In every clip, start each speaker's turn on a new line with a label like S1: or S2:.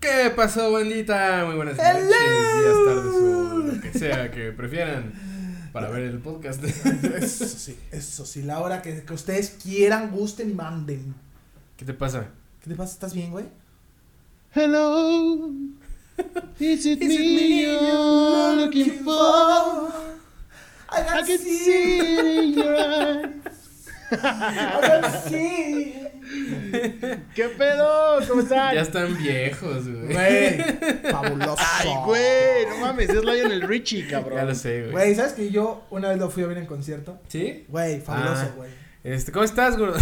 S1: ¿Qué pasó, bandita? Muy buenas
S2: Hello.
S1: noches, días, tardes o lo que sea que prefieran para ver el podcast.
S2: Eso sí, eso sí, la hora que, que ustedes quieran, gusten y manden.
S1: ¿Qué te pasa?
S2: ¿Qué te pasa? ¿Estás bien, güey?
S3: Hello. Is it me you're looking for?
S2: I can,
S3: I can
S2: see.
S3: see it in your eyes.
S2: I can see.
S3: ¿Qué pedo? ¿Cómo están?
S1: Ya están viejos, güey.
S2: Güey, fabuloso.
S3: Ay, güey, no mames, es Lionel Richie, cabrón.
S1: Ya lo sé, güey.
S2: Güey, ¿sabes que yo una vez lo fui a ver en concierto?
S1: ¿Sí?
S2: Güey,
S1: Ah.
S2: fabuloso, güey.
S1: Este, ¿Cómo estás, gordo?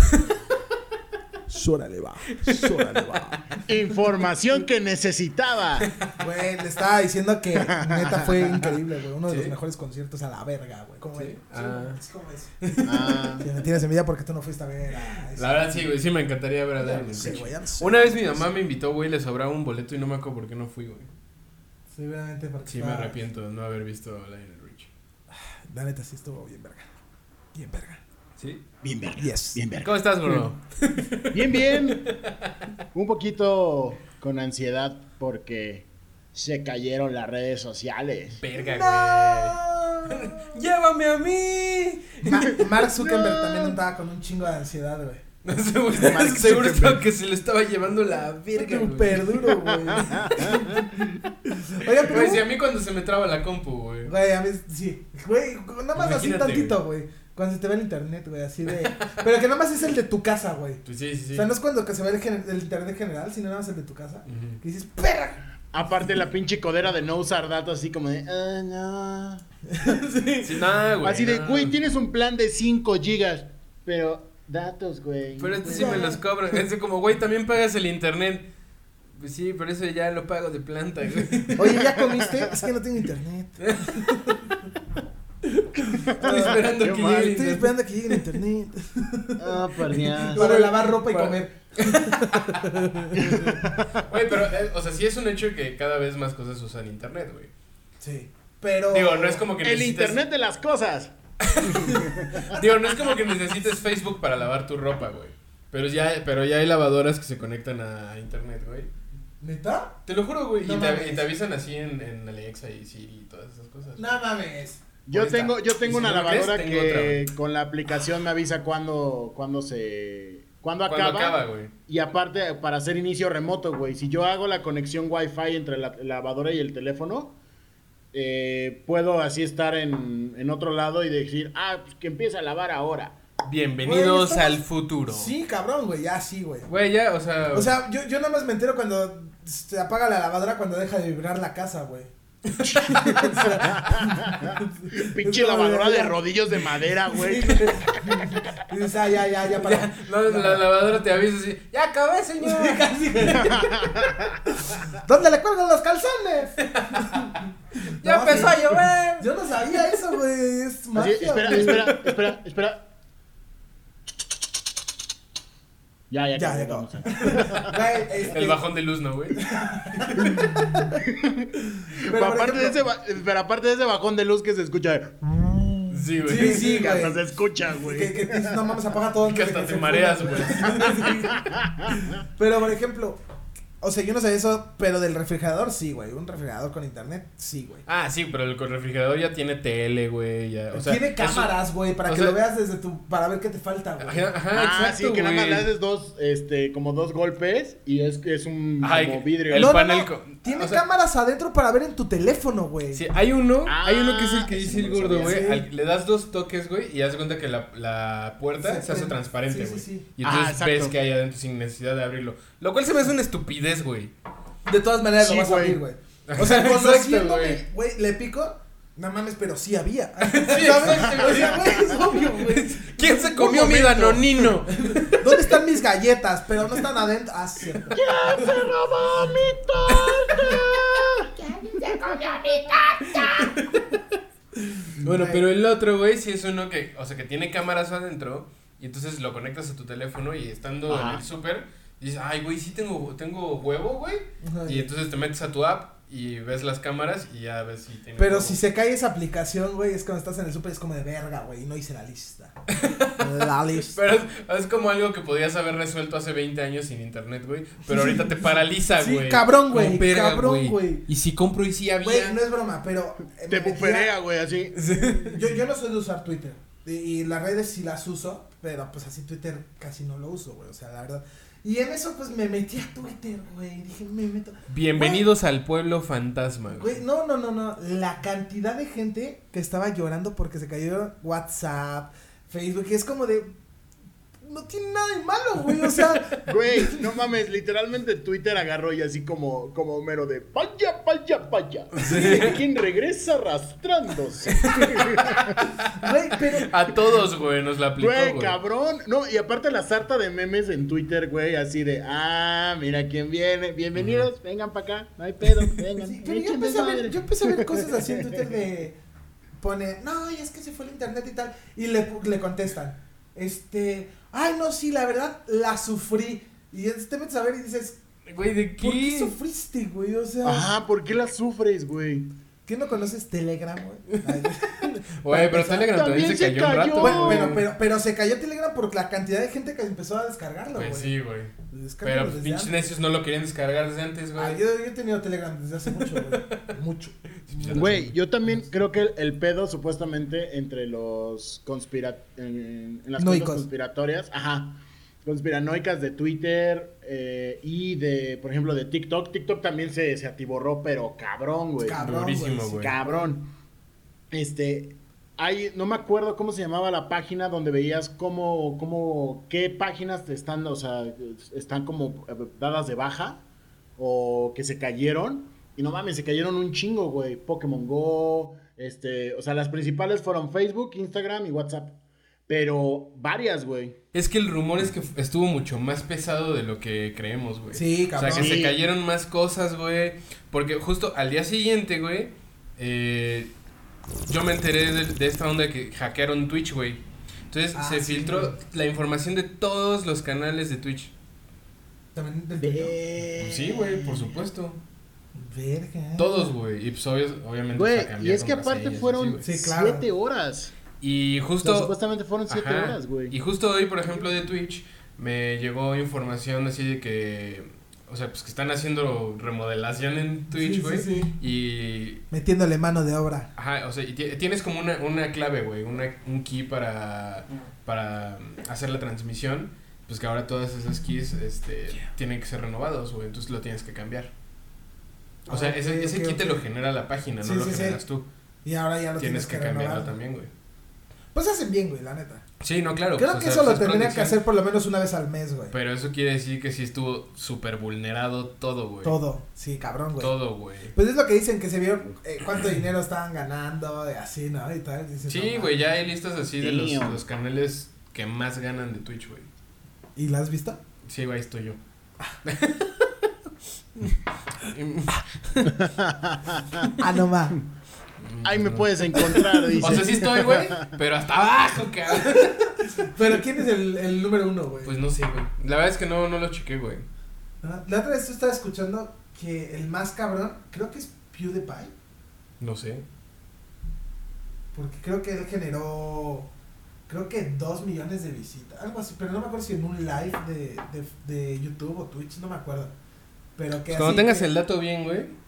S2: Sórale va, sórale va.
S3: Información que necesitaba.
S2: Güey, le estaba diciendo que neta fue increíble, güey. Uno de los
S1: Sí.
S2: mejores conciertos a la verga, güey. ¿Cómo
S1: Sí.
S2: es?
S1: Ah.
S2: Sí, ¿cómo es?
S3: Ah,
S2: Si me tienes envidia porque tú no fuiste a ver a...
S1: La verdad, sí, güey. Sí, me encantaría ver a
S2: Ya
S1: Daniel.
S2: lo sé, güey, ya lo sé.
S1: Una vez mi mamá me invitó, güey, le sobraba un boleto y no me acuerdo por qué no fui, güey.
S2: Seguramente porque
S1: Sí, me
S2: estaba-
S1: arrepiento de no haber visto a Lionel Rich.
S2: La neta sí estuvo bien verga. Bien verga.
S1: ¿Sí?
S3: bien verga.
S2: Yes.
S3: Bien verga.
S1: ¿Cómo estás, gordo?
S3: Bien, bien. Un poquito con ansiedad porque se cayeron las redes sociales.
S1: Verga, güey. ¡Llévame a mí!
S2: Ma- Mark Zuckerberg también andaba con un chingo de ansiedad, güey.
S1: No sé, güey, estaba
S3: Mark
S1: seguro
S3: Zuckerberg.
S1: estaba que se lo estaba llevando la verga, güey.
S2: Súper duro, güey.
S1: Ah,
S2: Oiga, pero.
S1: Güey, si a mí cuando se me traba la compu, güey.
S2: Güey, a mí sí. Güey, nada más así
S1: Imagínate,
S2: tantito, güey. Cuando se te ve el internet, güey, así de. Pero que nada más es el de tu casa, güey.
S1: Pues sí, sí, sí.
S2: O sea, no es cuando que se ve el, gen- el internet general, sino nada más el de tu casa.
S1: Ujú.
S2: Que dices, ¡perra!
S3: Aparte la pinche codera de no usar datos así como de... "Ah, no".
S1: Sí, nada, güey.
S3: Así de,
S1: nada.
S3: güey, tienes un plan de 5 gigas, pero datos, güey.
S1: Pero este sí me los cobran. Es como, güey, también pagas el internet. Pues sí, pero eso ya lo pago de planta, güey.
S2: Oye, ¿ya comiste? Es que no tengo internet.
S1: Estoy esperando
S3: Qué
S1: que
S3: mal,
S1: llegue. el
S2: Estoy
S1: internet.
S2: esperando que llegue el internet.
S3: Ah, perdías.
S2: Para lavar ropa y
S1: Para-
S2: comer.
S1: Güey, pero, eh, o sea, sí es un hecho que cada vez más cosas usan internet, güey.
S2: Sí. Pero.
S1: Digo, no es como que
S3: El
S1: necesites-
S3: internet de las cosas.
S1: Digo, no es como que necesites Facebook para lavar tu ropa, güey. Pero ya, pero ya hay lavadoras que se conectan a internet, güey.
S2: ¿Neta?
S1: Te lo juro, güey.
S2: No
S1: y, te,
S2: mames.
S1: y te avisan así en, en Alexa y Siri y todas esas cosas.
S2: No mames.
S3: Yo
S1: Ahorita.
S3: tengo, yo
S1: Y si
S3: tengo una
S1: no crees,
S3: lavadora
S1: tengo
S3: que con la aplicación me avisa cuándo, cuándo se, cuándo
S1: Cuando
S3: acaba.
S1: acaba, güey.
S3: Y aparte para hacer inicio remoto, güey. Si yo hago la conexión Wi-Fi entre la, la lavadora y el teléfono, eh, puedo así estar en, en otro lado y decir, ah, pues que empiece a lavar ahora.
S1: Bienvenidos
S2: Güey, estamos-
S1: al futuro.
S2: Sí, cabrón, güey, ya sí, güey.
S1: Güey, ya, o sea.
S2: O sea, yo, yo nada más me entero cuando se apaga la lavadora cuando deja de vibrar la casa, güey.
S3: Pinche lavadora de rodillos de madera, güey.
S2: Y dices, ah, ya, ya, ya, para.
S1: ya, no, la lavadora te avisa así. ¡Ya acabé, señor!
S2: ¿Dónde le cuelgan los calzones?
S1: ¡Ya
S2: No,
S1: empezó
S2: sí.
S1: a llover!
S2: Yo no sabía eso, güey. Es
S3: Así,
S2: magia,
S3: espera,
S2: güey.
S3: espera, espera, espera. Ya, ya,
S2: Ya, ya
S3: acabó,
S2: acabó.
S3: vamos a-
S2: Güey, este,
S1: El bajón de luz, ¿no, güey?
S2: pero,
S3: Pero
S2: por
S3: aparte, de
S2: ejemplo,
S3: ese, ba- pero aparte de ese bajón de luz que se escucha, eh,
S1: Sí, güey.
S2: Sí, sí,
S3: que
S2: güey.
S3: hasta se escucha, güey.
S2: Que, que dices, no mames, apaga todo.
S1: Que hasta
S2: antes
S1: te
S2: de se
S1: mareas,
S2: funda,
S1: güey.
S2: Pero, por ejemplo, o sea, yo no sabía eso, pero del refrigerador sí, güey. Un refrigerador con internet, sí, güey.
S1: Ah, sí, pero el refrigerador ya tiene tele, güey. Ya, o sea,
S2: Tiene
S1: eso-
S2: cámaras, güey, para
S1: o
S2: que
S1: sea-
S2: lo veas desde tu... para ver qué te falta, güey.
S1: Ajá, ajá,
S3: Ah,
S1: exacto,
S3: sí, que nada más
S1: güey.
S3: le haces dos, este, como dos golpes y es, es un
S1: Ay,
S3: como vidrio.
S1: el-
S2: no,
S1: panel
S2: no, no.
S1: co-
S2: Tiene
S1: o sea-
S2: cámaras adentro para ver en tu teléfono, güey.
S1: Sí, hay uno,
S3: Ah,
S1: hay uno que es el que
S3: ese
S1: dice
S3: no
S1: el
S3: lo
S1: gordo,
S3: sabía,
S1: güey.
S2: sí.
S1: al- Le das dos toques, güey, y haz cuenta que la, la puerta
S2: Se
S1: se, hace
S2: prende.
S1: transparente,
S2: Sí, sí,
S1: güey.
S2: sí.
S1: Y
S3: Ah,
S1: entonces
S3: exacto.
S1: ves que hay adentro sin necesidad de abrirlo. Lo cual se me hace una estupidez, güey.
S2: De todas maneras
S3: Sí,
S2: lo vas a
S3: güey.
S2: abrir, güey. O sea,
S1: Exacto,
S2: conociéndome,
S1: güey.
S2: güey, le pico, no mames, pero sí había.
S1: Sí,
S2: ¿Sabes?
S1: exacto,
S2: O sea, güey, es obvio, güey.
S1: ¿Quién se comió mi
S3: momento.
S1: danonino?
S2: ¿Dónde están mis galletas? Pero no están adentro. Ah, sí, cierto.
S3: ¡Se robó mi torta!
S1: Bueno, pero el otro, güey, sí es uno que, o sea, que tiene cámaras adentro y entonces lo conectas a tu teléfono y estando en
S3: Ajá.
S1: el súper dices, ay, güey, sí tengo, tengo huevo, güey.
S2: Ajá.
S1: Y entonces te metes a tu app y ves las cámaras y ya ves si tiene.
S2: Pero
S1: como-
S2: si se cae esa aplicación, güey, es cuando estás en el súper, es como de verga, güey, y no hice la lista. La lista.
S1: Pero es, es como algo que podías haber resuelto hace 20 años sin internet, güey. Pero ahorita te paraliza,
S2: Sí,
S1: güey.
S2: cabrón, güey,
S1: Como verga,
S2: cabrón, güey.
S1: Y si compro y si había.
S2: Güey, no es broma, pero. eh,
S3: Te
S2: me metía-
S3: puperea, güey, así.
S2: Yo, yo no soy de usar Twitter. Y, y las redes sí las uso, pero pues así Twitter casi no lo uso, güey, o sea, la verdad. Y en eso, pues me metí a Twitter, güey, y dije, me meto.
S1: Bienvenidos al pueblo fantasma, güey.
S2: Güey, no, no, no, no. La cantidad de gente que estaba llorando porque se cayó WhatsApp, Facebook, y es como de. No tiene nada de malo, güey. O sea,
S3: Güey, no mames, literalmente Twitter agarró y así como, como Homero de vaya, vaya, vaya. ¿Quién regresa arrastrándose?
S2: güey, pero.
S1: A todos, güey, nos la aplicó,
S3: Güey,
S1: güey.
S3: cabrón. No, y aparte la sarta de memes en Twitter, güey, así de, ah, mira quién viene. Bienvenidos, vengan para acá, no hay pedo, vengan.
S2: sí, pero yo
S3: échenle
S2: empecé, a ver,
S3: madre".
S2: yo empecé a ver cosas así en Twitter de. Pone, no, y es que se fue el internet y tal. Y le, pu- le contestan, este. Ay, no, sí, la verdad, la sufrí. Y es- te metes a ver y dices,
S1: Güey, ¿de
S2: ¿por qué
S1: qué?
S2: sufriste, güey? O sea,
S3: Ajá, ¿por qué la sufres, güey?
S2: ¿qué no conoces Telegram, güey? Ay,
S1: Güey, pero Telegram también,
S3: También
S1: se
S3: se
S1: cayó, un
S3: cayó.
S1: rato.
S2: Bueno,
S1: güey.
S2: pero, pero, pero se cayó Telegram por la cantidad de gente que empezó a descargarlo, güey.
S1: Pues sí, güey.
S2: Descárgalo
S1: Pero pues,
S2: desde
S1: pinches
S2: antes.
S1: necios no lo querían descargar desde antes,
S2: Ah,
S1: güey.
S2: yo, yo he tenido Telegram desde hace mucho, güey. mucho.
S1: Sí, pues, ya no
S3: Güey,
S1: sé.
S3: yo también creo que el, el pedo supuestamente entre los conspira en, en las
S2: Noicos.
S3: cosas conspiratorias, ajá, conspiranoicas de Twitter eh, y de, por ejemplo, de TikTok. TikTok también se, se atiborró, pero cabrón, güey.
S2: Cabrón,
S1: durísimo,
S2: güey. sí.
S1: güey.
S3: Cabrón. Este, hay, no me acuerdo cómo se llamaba la página donde veías cómo, cómo, qué páginas te están, o sea, están como eh, dadas de baja o que se cayeron. Y no mames, se cayeron un chingo, güey. Pokémon Go, este, o sea, las principales fueron Facebook, Instagram y WhatsApp. Pero varias, güey.
S1: Es que el rumor es que f- estuvo mucho más pesado de lo que creemos, güey.
S2: Sí,
S1: O sea,
S2: cabrón.
S1: que se
S3: Sí.
S1: cayeron más cosas, güey. Porque justo al día siguiente, güey, eh, yo me enteré de, de esta onda que hackearon Twitch, güey. Entonces
S2: Ah,
S1: se
S2: sí,
S1: filtró
S2: güey.
S1: la información de todos los canales de Twitch.
S2: También del tuyo.
S1: Pues sí, güey, por supuesto.
S2: Verga. eh.
S1: Todos, güey. Y pues obvio- obviamente.
S3: Güey,
S1: para cambiar
S3: y es que
S1: contraseñas,
S3: aparte
S1: así,
S3: fueron
S1: güey.
S2: Sí, claro.
S3: siete horas.
S1: y
S3: O sea,
S1: justo.
S3: supuestamente fueron siete
S1: Ajá.
S3: horas, güey.
S1: Y justo hoy, por ejemplo, de Twitch, me llegó información así de que. O sea, pues que están haciendo remodelación en
S2: Sí,
S1: Twitch,
S2: sí,
S1: güey.
S2: sí.
S1: Y.
S2: Metiéndole mano de obra.
S1: Ajá, o sea, y ti- tienes como una, una clave, güey. Una, un key para. Para hacer la transmisión. Pues que ahora todas esas keys este, tienen que ser renovados, güey. Entonces lo tienes que cambiar. O sea,
S2: Ah,
S1: ese,
S2: ok,
S1: ese
S2: ok,
S1: key te
S2: ok.
S1: lo genera la página,
S2: Sí,
S1: no lo
S2: sí, sí.
S1: generas tú.
S2: Y ahora ya lo
S1: Tienes
S2: tienes,
S1: que cambiarlo
S2: renovar.
S1: también, güey.
S2: Pues hacen bien, güey, la neta.
S1: Sí, no, claro.
S2: Creo
S1: pues, o
S2: que
S1: sea,
S2: eso
S1: pues,
S2: lo
S1: es
S2: tendrían que
S1: protección.
S2: hacer por lo menos una vez al mes, güey.
S1: Pero eso quiere decir que sí estuvo súper vulnerado todo, güey.
S2: Todo. Sí, cabrón, güey.
S1: Todo, güey.
S2: Pues es lo que dicen, que se vieron eh, cuánto dinero estaban ganando, y así, ¿no? Y tal. dices,
S1: Sí,
S2: no,
S1: güey, ya hay listas así de los,
S3: Damn.
S1: los canales que más ganan de Twitch, güey.
S2: ¿Y la has visto?
S1: Sí, güey, ahí estoy yo.
S2: Ah, no va.
S3: Ahí me puedes encontrar, dice.
S1: O sea, sí estoy, güey, pero hasta abajo, cabrón.
S2: Pero ¿quién es el, el número uno, güey?
S1: Pues no sé, güey. La verdad es que no, no lo chequé, güey.
S2: Ajá. La otra vez tú estabas escuchando que el más cabrón, creo que es PewDiePie,
S1: No sé.
S2: porque creo que él generó, creo que dos millones de visitas, algo así, pero no me acuerdo si en un live de, de, de YouTube o Twitch, no me acuerdo. Pero que
S1: Pues cuando
S2: así
S1: tengas
S2: que-
S1: el dato bien, güey.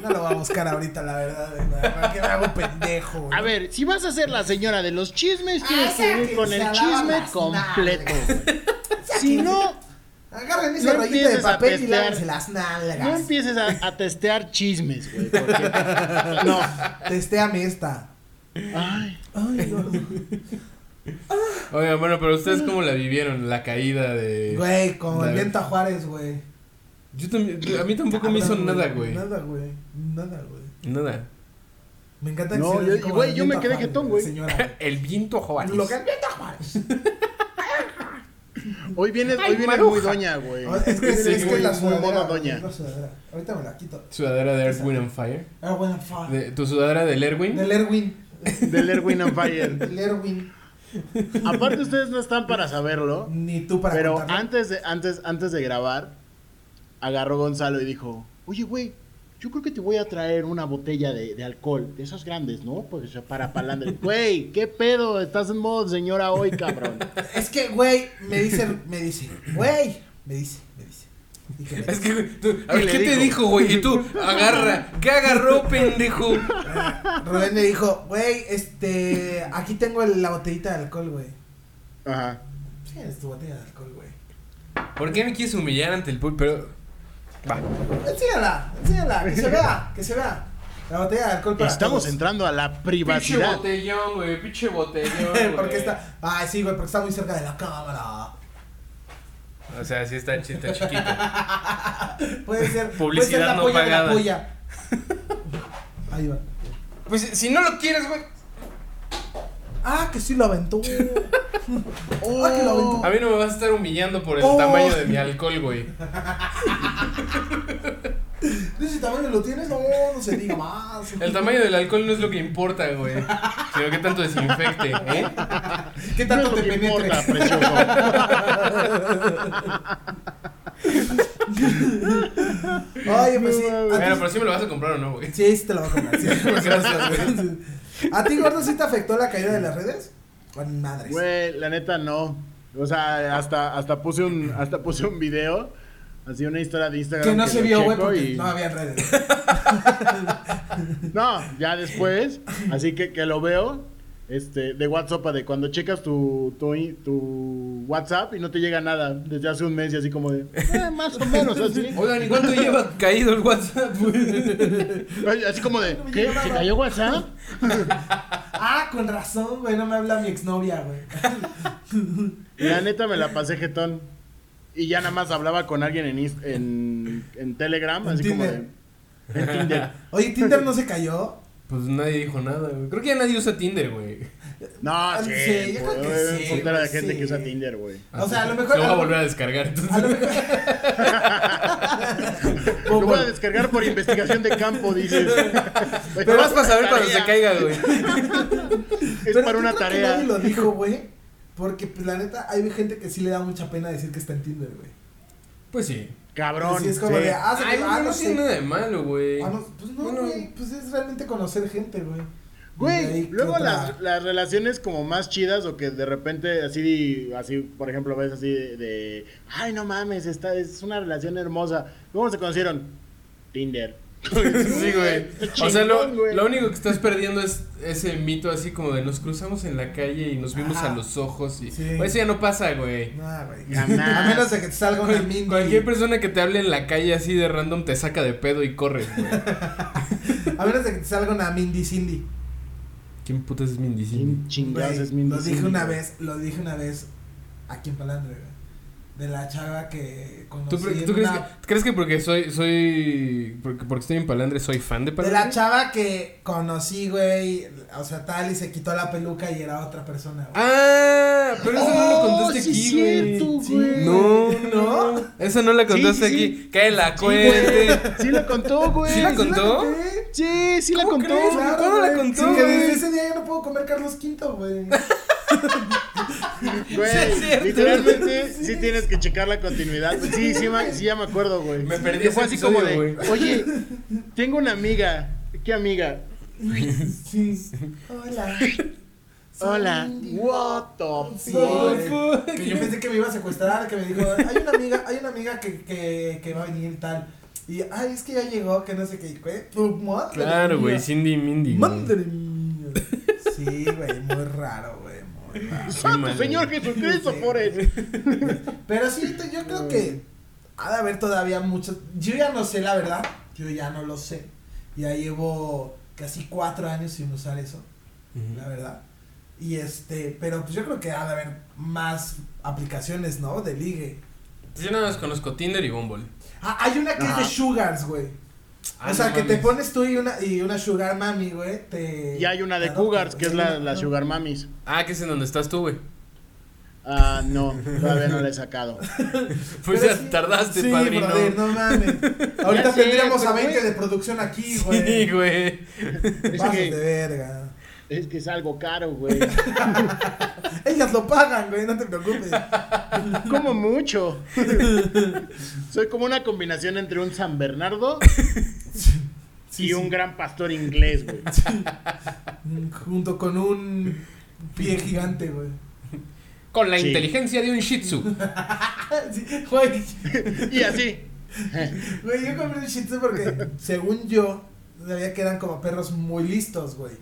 S2: No lo voy a buscar ahorita, la verdad, güey, ¿para qué me hago pendejo? güey?
S3: A ver, si vas a ser la señora de los chismes,
S2: Ah,
S3: tienes que
S2: esa
S3: ir
S2: que
S3: con
S2: se
S3: el
S2: lava
S3: chisme
S2: las
S3: completo.
S2: Saquen-
S3: Si no,
S2: Agarren ese
S3: no
S2: rollito de
S3: empieces a
S2: papel y
S3: pestear.
S2: lávense las
S3: no
S2: nalgas.
S3: empieces a, a testear chismes, güey. porque- No.
S2: Testéame esta.
S3: Ay,
S2: Ay, gordo.
S1: Oigan, bueno, pero ustedes cómo la vivieron, la caída de.
S2: Güey, como el
S1: Dale.
S2: viento a Juárez, güey.
S1: Yo también, a mí tampoco me hizo
S2: Cabrón,
S1: nada, güey.
S2: Nada, güey. Nada, güey.
S1: Nada.
S2: Me encanta
S3: No,
S2: seas
S3: yo-
S2: así como
S3: güey,
S2: el
S3: yo me
S2: viento a
S3: quedé
S2: Juárez,
S3: jetón, güey.
S2: Señora. güey.
S1: El viento Juárez.
S2: Lo que el viento a Juárez.
S3: hoy vienes,
S1: Ay,
S3: hoy vienes
S1: Maruja.
S3: muy doña, güey.
S2: O- Es que
S3: Hoy
S2: es,
S3: vienes
S2: es
S3: muy-
S2: que la
S3: muy
S2: sudadera.
S3: modo
S2: güey,
S3: doña.
S2: la sudadera. Ahorita me la quito.
S1: Sudadera de Earth, Wind and Fire.
S2: Ah, bueno, fuck.
S1: De- tu sudadera del Erwin.
S2: Del Erwin.
S3: Del Erwin on Fire.
S2: Del Erwin.
S3: Aparte, ustedes no están para saberlo.
S2: Ni tú para
S3: pero
S2: contarlo.
S3: antes de, antes, antes de grabar, agarró Gonzalo y dijo, oye, güey, yo creo que te voy a traer una botella de, de alcohol, de esas grandes, ¿no? Pues o sea, para palandre. Güey, ¿qué pedo? Estás en modo señora hoy, cabrón.
S2: Es que, güey, me dice, me dice, güey, me dice, me dice. Dije,
S1: Es que, güey, tú, a ver,
S3: le
S1: ¿qué te
S3: dijo?
S1: dijo, güey? Y tú, agarra. ¿Qué agarró, pendejo?
S2: Rubén me dijo, güey, este, aquí tengo el- la botellita de alcohol, güey.
S3: Ajá.
S2: Sí, es tu botella de alcohol, güey.
S1: ¿Por qué me quieres humillar ante el público? Pero. Va.
S2: Enséñala, enséñala, que se vea, que se vea. La botella de alcohol para
S3: Estamos
S2: todos.
S3: entrando a la
S1: Pinche
S3: privacidad.
S1: botellón, güey. Pinche botellón.
S2: porque
S1: güey.
S2: está, ay, sí, güey, porque está muy cerca de la cámara.
S1: O sea, sí está, chi- está chiquito.
S2: Puede ser, puede ser
S1: Publicidad
S2: la
S1: no
S2: polla de la
S1: pagada.
S2: polla. Ahí va.
S1: Pues si no lo quieres, güey.
S2: Ah, que sí lo aventó. Ah, que lo aventó.
S1: A mí no me vas a estar humillando por el
S2: Oh.
S1: tamaño de mi alcohol, güey.
S2: ¿De ese tamaño lo tienes? No, no se diga más.
S1: El tamaño del alcohol no es lo que importa, güey. Sino que tanto desinfecte, ¿eh?
S2: ¿Qué
S3: No es
S2: tanto
S3: lo
S2: te
S3: que importa,
S2: penetra?
S3: precioso.
S2: Oye, pues sí.
S3: No,
S2: a ti-
S1: Bueno, pero sí me lo vas a comprar o no, güey.
S2: Sí, sí te lo voy a comprar. sí, pues, gracias, güey. ¿A ti, gordo, sí te afectó la caída de las redes? Con madres.
S3: Güey, la neta no. O sea, hasta, hasta puse un, hasta puse un video, así una historia de Instagram.
S2: que no se
S3: lo
S2: vio, güey,
S3: checo
S2: porque
S3: y-
S2: no había redes.
S3: No, ya después, así que, que lo veo, este, de WhatsApp, de cuando checas tu, tu, i- tu WhatsApp y no te llega nada desde hace un mes y así como de, eh, más o menos, así.
S1: Oigan, ¿y cuánto lleva caído el WhatsApp, güey?
S3: Oye, Así como de,
S2: No me
S3: ¿qué?
S2: llega
S3: ¿Se
S2: nada.
S3: cayó WhatsApp?
S2: Ah, con razón, güey, no me habla mi exnovia, güey.
S3: Y la neta me la pasé jetón. Y ya nada más hablaba con alguien en, Inst- en, en Telegram,
S2: En
S3: así
S2: Tinder.
S3: como de, en Tinder.
S2: Oye, Tinder no se cayó.
S1: Pues nadie dijo nada, güey. Creo que ya nadie usa Tinder, güey.
S3: No, sí,
S2: Ah, Sí, yo creo que
S3: güey,
S2: sí,
S3: un putero de
S2: güey,
S3: gente
S2: sí.
S3: que usa Tinder, güey.
S2: O sea, a lo mejor-
S1: Ah, Lo voy
S2: a
S1: a
S2: lo-
S1: volver a descargar,
S2: A lo
S1: entonces.
S2: mejor.
S3: Lo voy a descargar por investigación de campo, dices.
S1: Pero vas para saber cuando se caiga, güey.
S3: Es
S2: Pero
S3: para
S2: yo creo
S3: una
S2: que
S3: tarea.
S2: Nadie lo dijo, güey. Porque, pues, la neta, hay gente que sí le da mucha pena decir que está en Tinder, güey.
S1: Pues sí.
S3: Cabrón.
S2: Sí, es como
S3: sí.
S2: de, ah, se
S1: Ay,
S2: ah,
S1: güey, no
S2: sé.
S1: tiene nada de malo, güey.
S2: Ah, no, pues no,
S1: Bueno,
S2: güey. Pues es realmente conocer gente, güey. Y de ahí,
S3: Güey,
S2: ¿qué
S3: luego
S2: otra?
S3: las, las relaciones como más chidas o que de repente así, así por ejemplo, ves así de, de, ay, no mames, esta es una relación hermosa. ¿Cómo se conocieron? Tinder.
S1: Sí, güey. O sea, lo,
S3: Chingón, güey.
S1: lo único que estás perdiendo es ese mito así como de nos cruzamos en la calle y nos vimos
S2: Ajá.
S1: a los ojos y...
S2: Sí.
S1: Pues eso ya no pasa, güey.
S2: Nah, güey.
S3: Jamás.
S2: A menos de que te salga una mindy.
S1: Cualquier persona que te hable en la calle así de random te saca de pedo y corre, güey.
S2: A menos de que te salga una Mindy Cindy.
S1: ¿Quién putas es Mindy Cindy?
S3: Chin- Chingados
S2: Güey,
S3: es mi
S2: Lo dije
S3: mi-
S2: una vez, lo dije una vez aquí en Palandre, güey. De la chava que conocí
S1: ¿Tú, pre-
S2: en
S1: tú crees,
S2: una-
S1: que, crees que porque soy, soy, porque, porque estoy en Palandre soy fan de
S2: De
S1: Palandre?
S2: la chava que conocí, güey, o sea, tal, y se quitó la peluca y era otra persona, güey.
S1: Ah, pero eso no lo
S2: Oh,
S1: contaste
S3: sí,
S1: aquí,
S3: cierto,
S1: güey.
S2: Sí.
S3: güey.
S1: No,
S2: ¿No?
S1: no. Esa no la
S3: Sí, sí,
S1: contaste
S3: sí.
S1: aquí. Que la
S3: Sí, güey.
S1: cuente.
S3: Sí la contó, güey.
S1: ¿Sí la
S3: Sí,
S1: contó?
S2: conté?
S3: Sí, sí la
S1: ¿Cómo
S3: contó.
S1: crees?
S2: Claro,
S1: ¿Cuándo la
S2: güey.
S1: contó,
S2: Sí, que desde
S1: güey?
S2: ese día ya no puedo comer Carlos V, güey.
S3: Güey,
S1: Sí, es cierto.
S3: literalmente sí. tienes que checar la continuidad. güey. Sí, sí, ma- sí ya me acuerdo, güey.
S1: Me perdí
S3: Que
S1: ese
S3: Fue así
S1: episodio,
S3: como de,
S1: güey.
S3: oye, tengo una amiga. ¿Qué amiga?
S2: Sí. Hola. Soy
S3: Hola. "Ah,
S2: Mindy.
S3: What the
S2: Sí,
S1: No,
S2: güey.
S1: fuck.
S2: Que yo pensé que me iba a secuestrar, que me dijo, hay una amiga, hay una amiga que, que, que va a venir tal. Y, ay, es que ya llegó, que no sé qué, güey. Tu madre
S1: Claro, güey,
S2: mía.
S1: Cindy y Mindy. güey.
S2: Madre mía. Sí, güey, muy raro, güey, muy raro.
S3: Santo
S1: madre.
S3: Señor Jesucristo,
S2: Sí.
S3: Forest.
S2: Pero sí, te- yo creo que ha de haber todavía mucho. Yo ya no sé la verdad, yo ya no lo sé. Ya llevo casi cuatro años sin usar eso,
S1: Ujú.
S2: la verdad. Y este, pero pues yo creo que ha de haber más aplicaciones, ¿no? De ligue.
S1: Yo nada más conozco Tinder y Bumble.
S2: Ah, hay una que
S3: Ajá.
S2: es de Sugars, güey.
S1: Ah,
S2: o sea,
S1: no
S2: que te
S1: mames.
S2: pones tú y una, y una Sugar Mami, güey. Te...
S3: Y hay una de
S2: te
S3: Cougars,
S2: adoptan,
S3: que es
S2: güey.
S3: la, la Sugar Mamis.
S1: Ah, que es en donde estás tú, güey.
S3: Ah, no, todavía no la he sacado.
S1: Pues
S2: Pero
S1: ya
S2: sí-
S1: tardaste,
S2: sí,
S1: padrino.
S2: brother, no mames. Ahorita
S3: Ya sé,
S2: tendríamos
S3: pero,
S2: a 20
S3: güey.
S2: de producción aquí, güey.
S1: Sí, güey.
S3: Es
S2: Pasos de
S3: que,
S2: verga.
S3: es que es algo caro, güey.
S2: Ellas lo pagan, güey, no te preocupes.
S3: Como mucho. Soy como una combinación entre un San Bernardo
S2: Sí,
S3: y
S2: sí.
S3: un gran pastor inglés, güey.
S2: Mm, Junto con un pie gigante, güey.
S1: Con la
S3: Sí.
S1: inteligencia de un Shih Tzu.
S2: Ah, Sí, güey,
S3: y así.
S2: güey, yo compré un Shih Tzu porque, según yo, sabía que eran como perros muy listos, güey.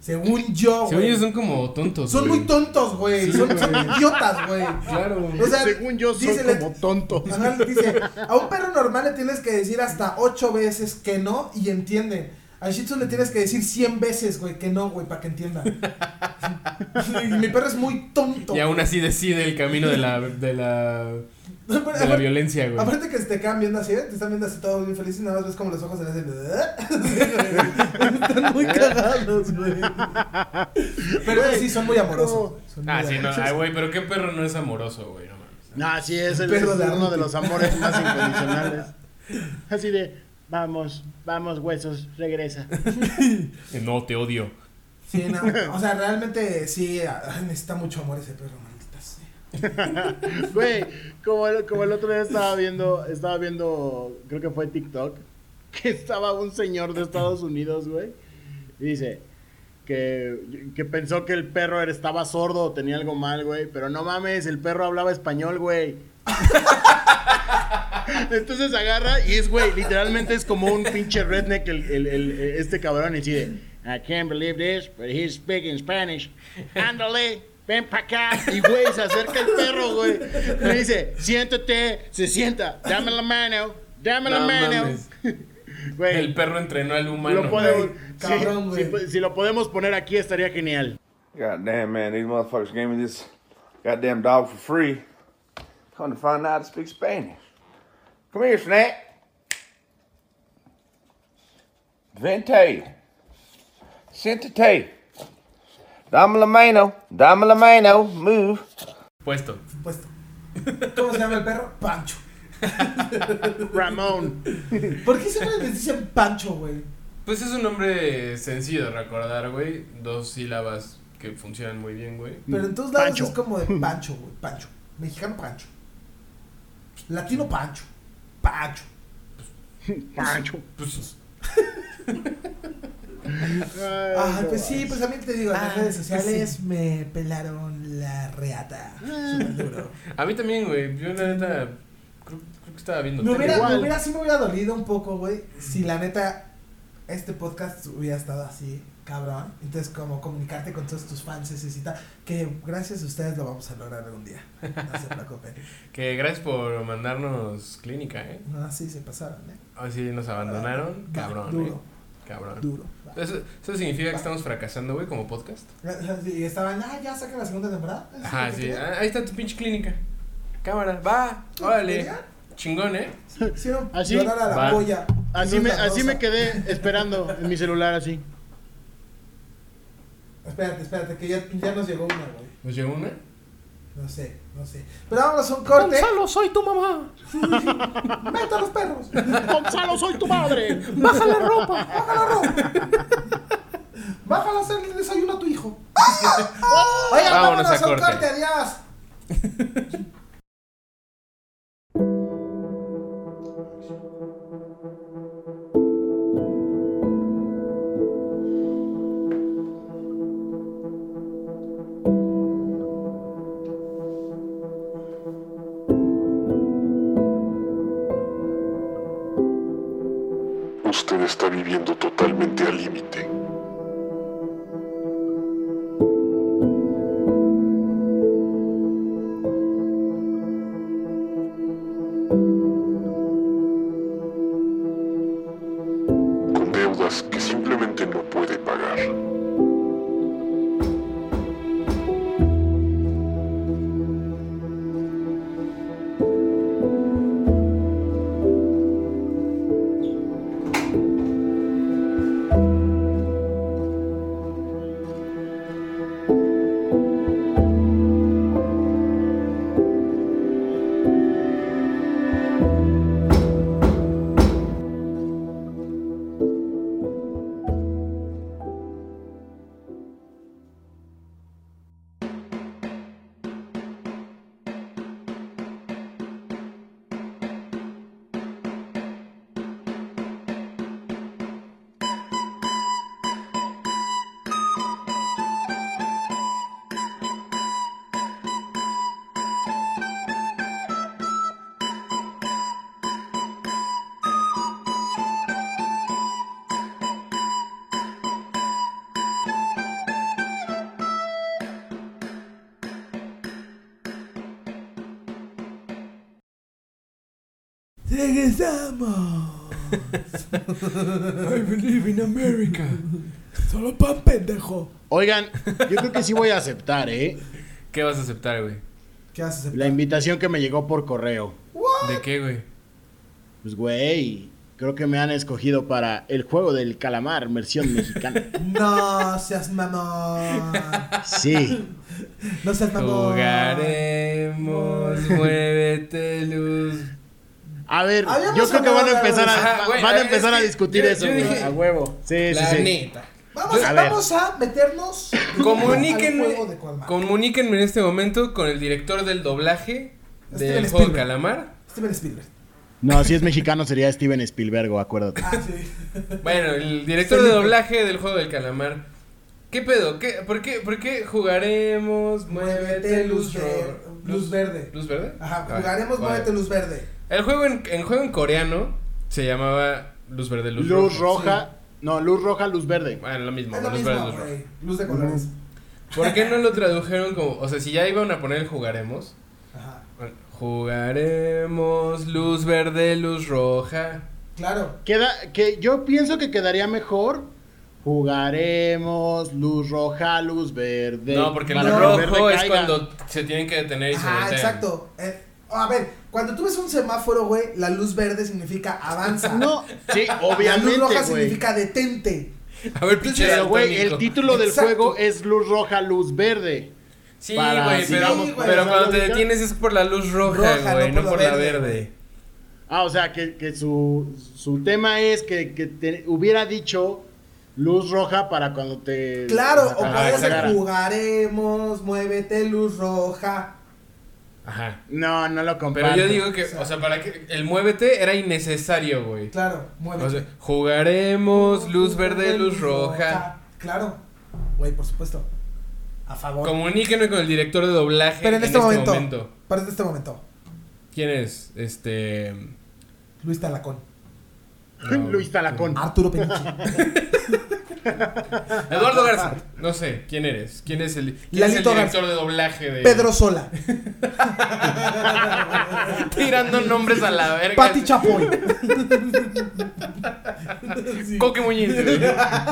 S2: Según yo,
S1: Según
S2: güey.
S1: ellos son como tontos.
S2: Son
S1: güey.
S2: muy tontos, güey.
S1: Sí,
S2: son, son
S1: güey.
S2: idiotas, güey.
S1: Claro.
S2: O sea,
S3: Según yo, son
S2: dísele-
S3: como tontos.
S2: Ajá, dice, a un perro normal le tienes que decir hasta ocho veces que no y entiende. Al Shih Tzu le tienes que decir 100 veces, güey, que no, güey, para que entienda. Y Mi perro es muy tonto.
S1: Y aún así decide el camino de la, de la,
S2: Aparte-
S1: de la violencia, güey.
S2: Aparte que se te quedan viendo así, ¿eh? te están viendo así todo bien feliz y nada más ves como los ojos se le hacen. Están muy cagados, güey. Pero sí, son muy amorosos. güey. Son
S1: Ah,
S2: muy
S1: sí, no.
S2: amorosos.
S1: Ay, güey, pero qué perro no es amoroso, güey. No mames.
S3: No, así es, el,
S2: Perro
S3: es
S2: de
S3: uno
S2: adulto.
S3: de los amores más incondicionales. Así de, vamos, vamos, huesos, regresa.
S1: Eh, No, te odio.
S2: Sí, no, O sea, realmente sí, ah, ay, necesita mucho amor ese perro, maldita sea.
S3: Güey, como el, como el otro día estaba viendo, estaba viendo, creo que fue TikTok, que estaba un señor de Estados Unidos, güey, y dice que, que pensó que el perro era- estaba sordo o tenía algo mal, güey, pero no mames, el perro hablaba español, güey. Entonces agarra y es, güey, literalmente es como un pinche redneck el, el- el- este cabrón y decide, I can't believe this, but he's speaking Spanish. Ándale, ven pa' acá. Y, güey, se acerca el perro, güey. Le dice, siéntate, se sienta, dame la mano, dame la
S1: No
S3: mano.
S1: mames.
S3: Güey,
S1: El perro entrenó al humano.
S3: lo podemos-
S2: güey.
S3: sí,
S2: Cabrón, güey.
S3: si po- si lo podemos poner aquí estaría genial.
S4: God damn, man, these motherfuckers gave me this goddamn dog for free. Come to find out I speak Spanish. Come here, Snack. Vente. Sentate. Dame la mano. Dame la mano. Move.
S1: Puesto.
S2: Puesto. ¿Cómo se llama el perro? Pancho.
S3: Ramón.
S2: ¿Por qué siempre les dicen Pancho, güey?
S1: Pues es un nombre sencillo de recordar, güey. Dos sílabas que funcionan muy bien, güey.
S2: Pero en todos lados
S3: Pancho.
S2: es como de Pancho, güey. Pancho. Mexicano Pancho. Latino Pancho. Pancho.
S3: Pancho.
S1: Pues,
S3: Ay,
S2: Ah,
S3: no
S2: pues sí, pues a mí te digo, en las
S1: Ah, pues
S2: redes sociales me pelaron la reata.
S1: Ah.
S2: Súper duro.
S1: a mí también, güey. Yo la neta creo, creo que estaba viendo.
S2: Me
S1: tele,
S2: hubiera,
S1: güey.
S2: me hubiera, sí me hubiera dolido un poco, güey, si la neta este podcast hubiera estado así, cabrón. Entonces, como comunicarte con todos tus fans necesita que gracias a ustedes lo vamos a lograr algún día. No se preocupen.
S1: Que gracias por mandarnos clínica, ¿eh?
S2: No, así se pasaron, ¿eh?
S1: Así nos abandonaron.
S2: Va,
S1: Cabrón, ¿eh?
S2: Duro,
S1: Cabrón.
S2: duro. va.
S1: Eso, eso significa que estamos fracasando, güey, como podcast.
S2: Y estaban, ah, ya sacan la segunda temporada. ¿Eso es
S1: Ajá,
S2: lo que
S1: sí.
S2: querían?
S1: Ah, Ahí está tu pinche clínica. Cámara, va. Órale.
S2: ¿Ya?
S1: Chingón, ¿eh?
S2: Hicieron
S3: Así,
S2: llorar a la
S1: va.
S2: polla.
S3: Ah, Así
S2: No
S3: me,
S2: es la
S3: así
S2: rosa.
S3: me quedé esperando en mi celular así.
S2: Espérate, espérate, que ya, ya nos llegó una, güey.
S1: ¿Nos llegó Pues una?
S2: No sé, no sé. Pero vámonos a un corte.
S1: soy tu mamá.
S2: ¡Meta a los perros!
S3: Gonzalo, soy tu madre.
S1: Baja la ropa.
S2: ¡Bájala, Ro! ¡Bájala a hacerle el desayuno a tu hijo! Oiga,
S1: Vámonos
S2: vámonos,
S1: a
S2: a un
S1: corte.
S2: corte, adiós.
S5: Usted está viviendo totalmente al límite. Con deudas que simplemente no puede pagar.
S2: Regresamos.
S1: I believe in America.
S2: Solo pan pendejo.
S3: Oigan, yo creo que sí voy a aceptar, ¿eh?
S1: ¿Qué vas a aceptar, güey?
S2: ¿Qué haces? em-?
S3: La invitación que me llegó por correo.
S1: ¿De qué, güey?
S3: Pues, güey, creo que me han escogido para el juego del calamar, versión mexicana.
S2: No seas mamón.
S3: Sí.
S2: No seas mamón.
S1: Jugaremos, muévete luz.
S3: A ver,
S2: Habíamos
S3: yo creo que
S2: hablado
S3: van a
S2: de
S3: empezar
S1: algo.
S3: a,
S1: Ajá, güey,
S3: Ah,
S1: eh,
S3: van a,
S1: es
S3: empezar a
S1: que
S3: discutir
S1: yo-
S3: eso,
S1: yo
S3: güey,
S1: dije-
S3: a huevo. Sí, sí,
S1: La
S3: sí.
S1: neta.
S2: Vamos,
S3: A ver.
S2: vamos a meternos. de
S1: Comuníquenme,
S2: al juego de Colmar.
S1: comuníquenme en este momento con el director del doblaje del
S3: Este
S2: Steven
S1: juego
S2: Spielberg.
S1: Calamar.
S2: Steven Spielberg.
S3: No, si es mexicano sería Steven Spielberg, acuérdate.
S2: Ah, sí.
S1: Bueno, el director de
S2: Felipe.
S1: doblaje del juego del Calamar. ¿Qué pedo? ¿Qué, por, qué, ¿Por qué jugaremos? Muévete, luz,
S2: ver-
S1: ro-
S2: luz verde.
S1: ¿Luz verde?
S2: Ajá,
S1: Ah,
S2: jugaremos
S1: vale.
S2: Muévete Luz Verde.
S1: El juego en, el juego en coreano se llamaba Luz verde, luz,
S3: Luz,
S1: roja.
S3: roja. No, luz roja, luz verde.
S1: Bueno, lo mismo,
S2: Es lo
S1: luz verde,
S2: mismo,
S1: luz roja.
S2: güey. Luz de colores.
S1: ¿Por qué no lo tradujeron como.? O sea, si ya iban a poner el jugaremos.
S2: Ajá.
S1: bueno, Jugaremos luz verde, luz roja.
S2: Claro.
S3: Queda, que yo pienso que quedaría mejor. Jugaremos luz roja, luz verde.
S1: No, porque el
S3: Para que el
S1: rojo
S3: verde
S1: es
S3: caiga.
S1: cuando se tienen que detener y se
S2: Ajá,
S1: voltean.
S2: exacto. Eh, a ver, cuando tú ves un semáforo, güey, la luz verde significa avanza.
S3: No, sí,
S2: La luz
S3: obviamente,
S2: roja
S3: güey.
S2: significa detente.
S1: A ver, pinche
S3: Pero, güey, el
S1: daltónico.
S3: título del
S2: Exacto.
S3: juego es luz roja, luz verde.
S1: Sí,
S3: para-
S1: güey,
S3: sí,
S1: pero,
S2: güey,
S1: pero
S2: ¿no
S1: cuando
S3: lo
S1: te
S3: ubican?
S1: detienes es por la luz roja,
S2: Roja,
S1: güey, no por la
S2: verde,
S1: verde.
S3: Ah, o sea, que, que su, su tema es que, que te hubiera dicho luz roja para cuando te...
S2: Claro, o
S3: para
S2: podría
S3: la
S2: ser
S3: cara.
S2: jugaremos, muévete luz roja.
S1: Ajá.
S3: No, no lo
S1: Pero
S3: comparto.
S1: yo digo que, o sea, para que el muévete era innecesario, güey.
S2: Claro, muévete.
S1: O sea, jugaremos luz verde, luz roja.
S2: Claro. Güey, por supuesto. A favor.
S1: Comuníquenme con el director de doblaje
S2: Pero en este, momento, Pero en este momento.
S1: ¿Quién es? Este
S2: Luis Talacón.
S1: no,
S3: Luis Talacón.
S2: Arturo Peniche.
S1: Eh. Eduardo Garza. No sé, ¿quién eres? ¿Quién es el, quién es el
S2: Lalito
S1: director
S2: Garza.
S1: de doblaje de
S2: Pedro Sola.
S1: tirando nombres a la verga?
S2: Pati Chapoy.
S1: Coque Muñiz. güey.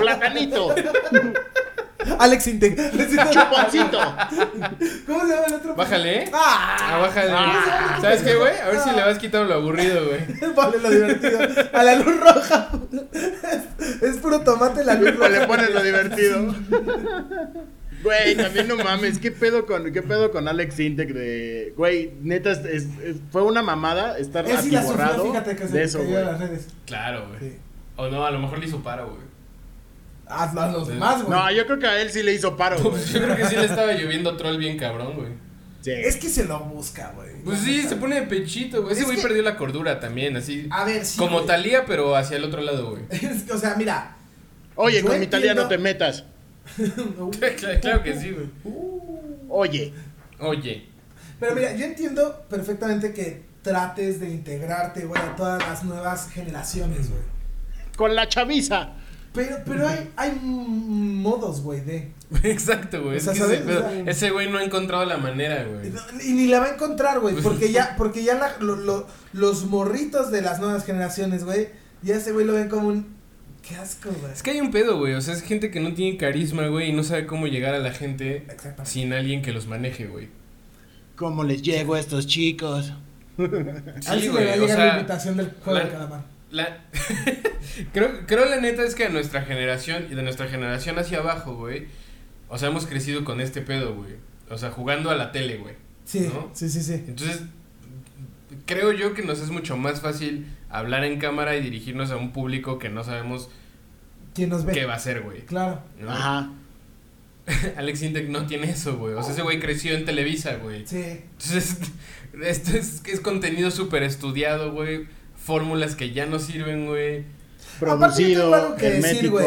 S3: Platanito,
S2: Alex Integ.
S3: chuponcito.
S2: ¿Cómo se llama el otro?
S1: Bájale, ¿eh? Ah,
S2: ¡Ah!
S1: bájale.
S3: Ah.
S1: ¿Sabes qué, güey? A ver si le vas quitando lo aburrido, güey.
S2: Ponle lo divertido. A la luz roja. Es, es puro tomate la luz
S3: Luego
S2: roja.
S3: le pones lo divertido. Güey, también no mames, ¿qué pedo con, qué pedo con Alex Intec de... Güey, neta, es- es- es- fue una mamada estar
S2: Él sí la sufrió,
S3: atiborrado
S2: fíjate que se
S3: de
S2: le
S3: eso,
S2: cayó
S3: güey.
S2: a las redes.
S1: Claro, güey.
S2: Sí.
S1: O no, a lo mejor le hizo paro, güey.
S2: Hazlo a los demás, güey.
S3: No, yo creo que a él sí le hizo paro, güey.
S1: Pues yo creo que sí le estaba lloviendo troll bien cabrón, güey.
S3: Sí.
S2: Es que se lo busca, güey.
S1: Pues sí, se pone de pechito, güey. Ese
S2: Es
S1: güey
S2: que-
S1: perdió la cordura también, así.
S2: A ver, sí.
S1: como
S2: güey.
S1: Talía, pero hacia el otro lado, güey.
S2: Es que, o sea, mira.
S3: Oye,
S2: Yo
S3: con mi italiano
S2: entiendo-
S3: te metas.
S1: claro, claro que sí, güey.
S3: Oye,
S1: Oye,
S2: Pero mira, yo entiendo perfectamente que trates de integrarte, güey, a todas las nuevas generaciones, güey.
S3: con la chaviza.
S2: Pero, pero hay, hay m- modos, güey, de.
S1: exacto, güey.
S2: O
S1: es
S2: sea,
S1: que
S2: ¿sabes?
S1: ese pedo-
S2: O sea,
S1: Ese güey no ha encontrado la manera, güey.
S2: Y ni la va a encontrar, güey. Porque ya, porque ya la- lo- lo- los morritos de las nuevas generaciones, güey, ya ese güey lo ven como un. Qué asco, güey.
S1: Es que hay un pedo, güey. O sea, es gente que no tiene carisma, güey, y no sabe cómo llegar a la gente
S2: Exactamente.
S1: sin alguien que los maneje, güey.
S3: ¿Cómo les llego a estos chicos?
S2: A él
S1: Sí,
S2: sí le va a
S1: güey. O
S2: llegar la
S1: sea,
S2: invitación del juego
S1: la-
S2: de calamar.
S1: La... creo, creo la neta es que de nuestra generación y de nuestra generación hacia abajo, güey. O sea, hemos crecido con este pedo, güey. O sea, jugando a la tele, güey.
S2: Sí,
S1: ¿no?
S2: sí, sí, sí.
S1: Entonces, creo yo que nos es mucho más fácil hablar en cámara y dirigirnos a un público que no sabemos
S2: ¿Quién nos ve?
S1: qué va a ser, güey.
S2: Claro.
S1: ¿no?
S3: Ajá.
S1: Alex Intec no tiene eso, güey. O sea, ese güey creció en Televisa, güey.
S2: Sí.
S1: Entonces, esto es, es contenido súper estudiado, güey. Fórmulas que ya no sirven, güey.
S2: Aparte, yo tengo
S3: Producido,
S2: algo que decir,
S3: hermético.
S2: güey.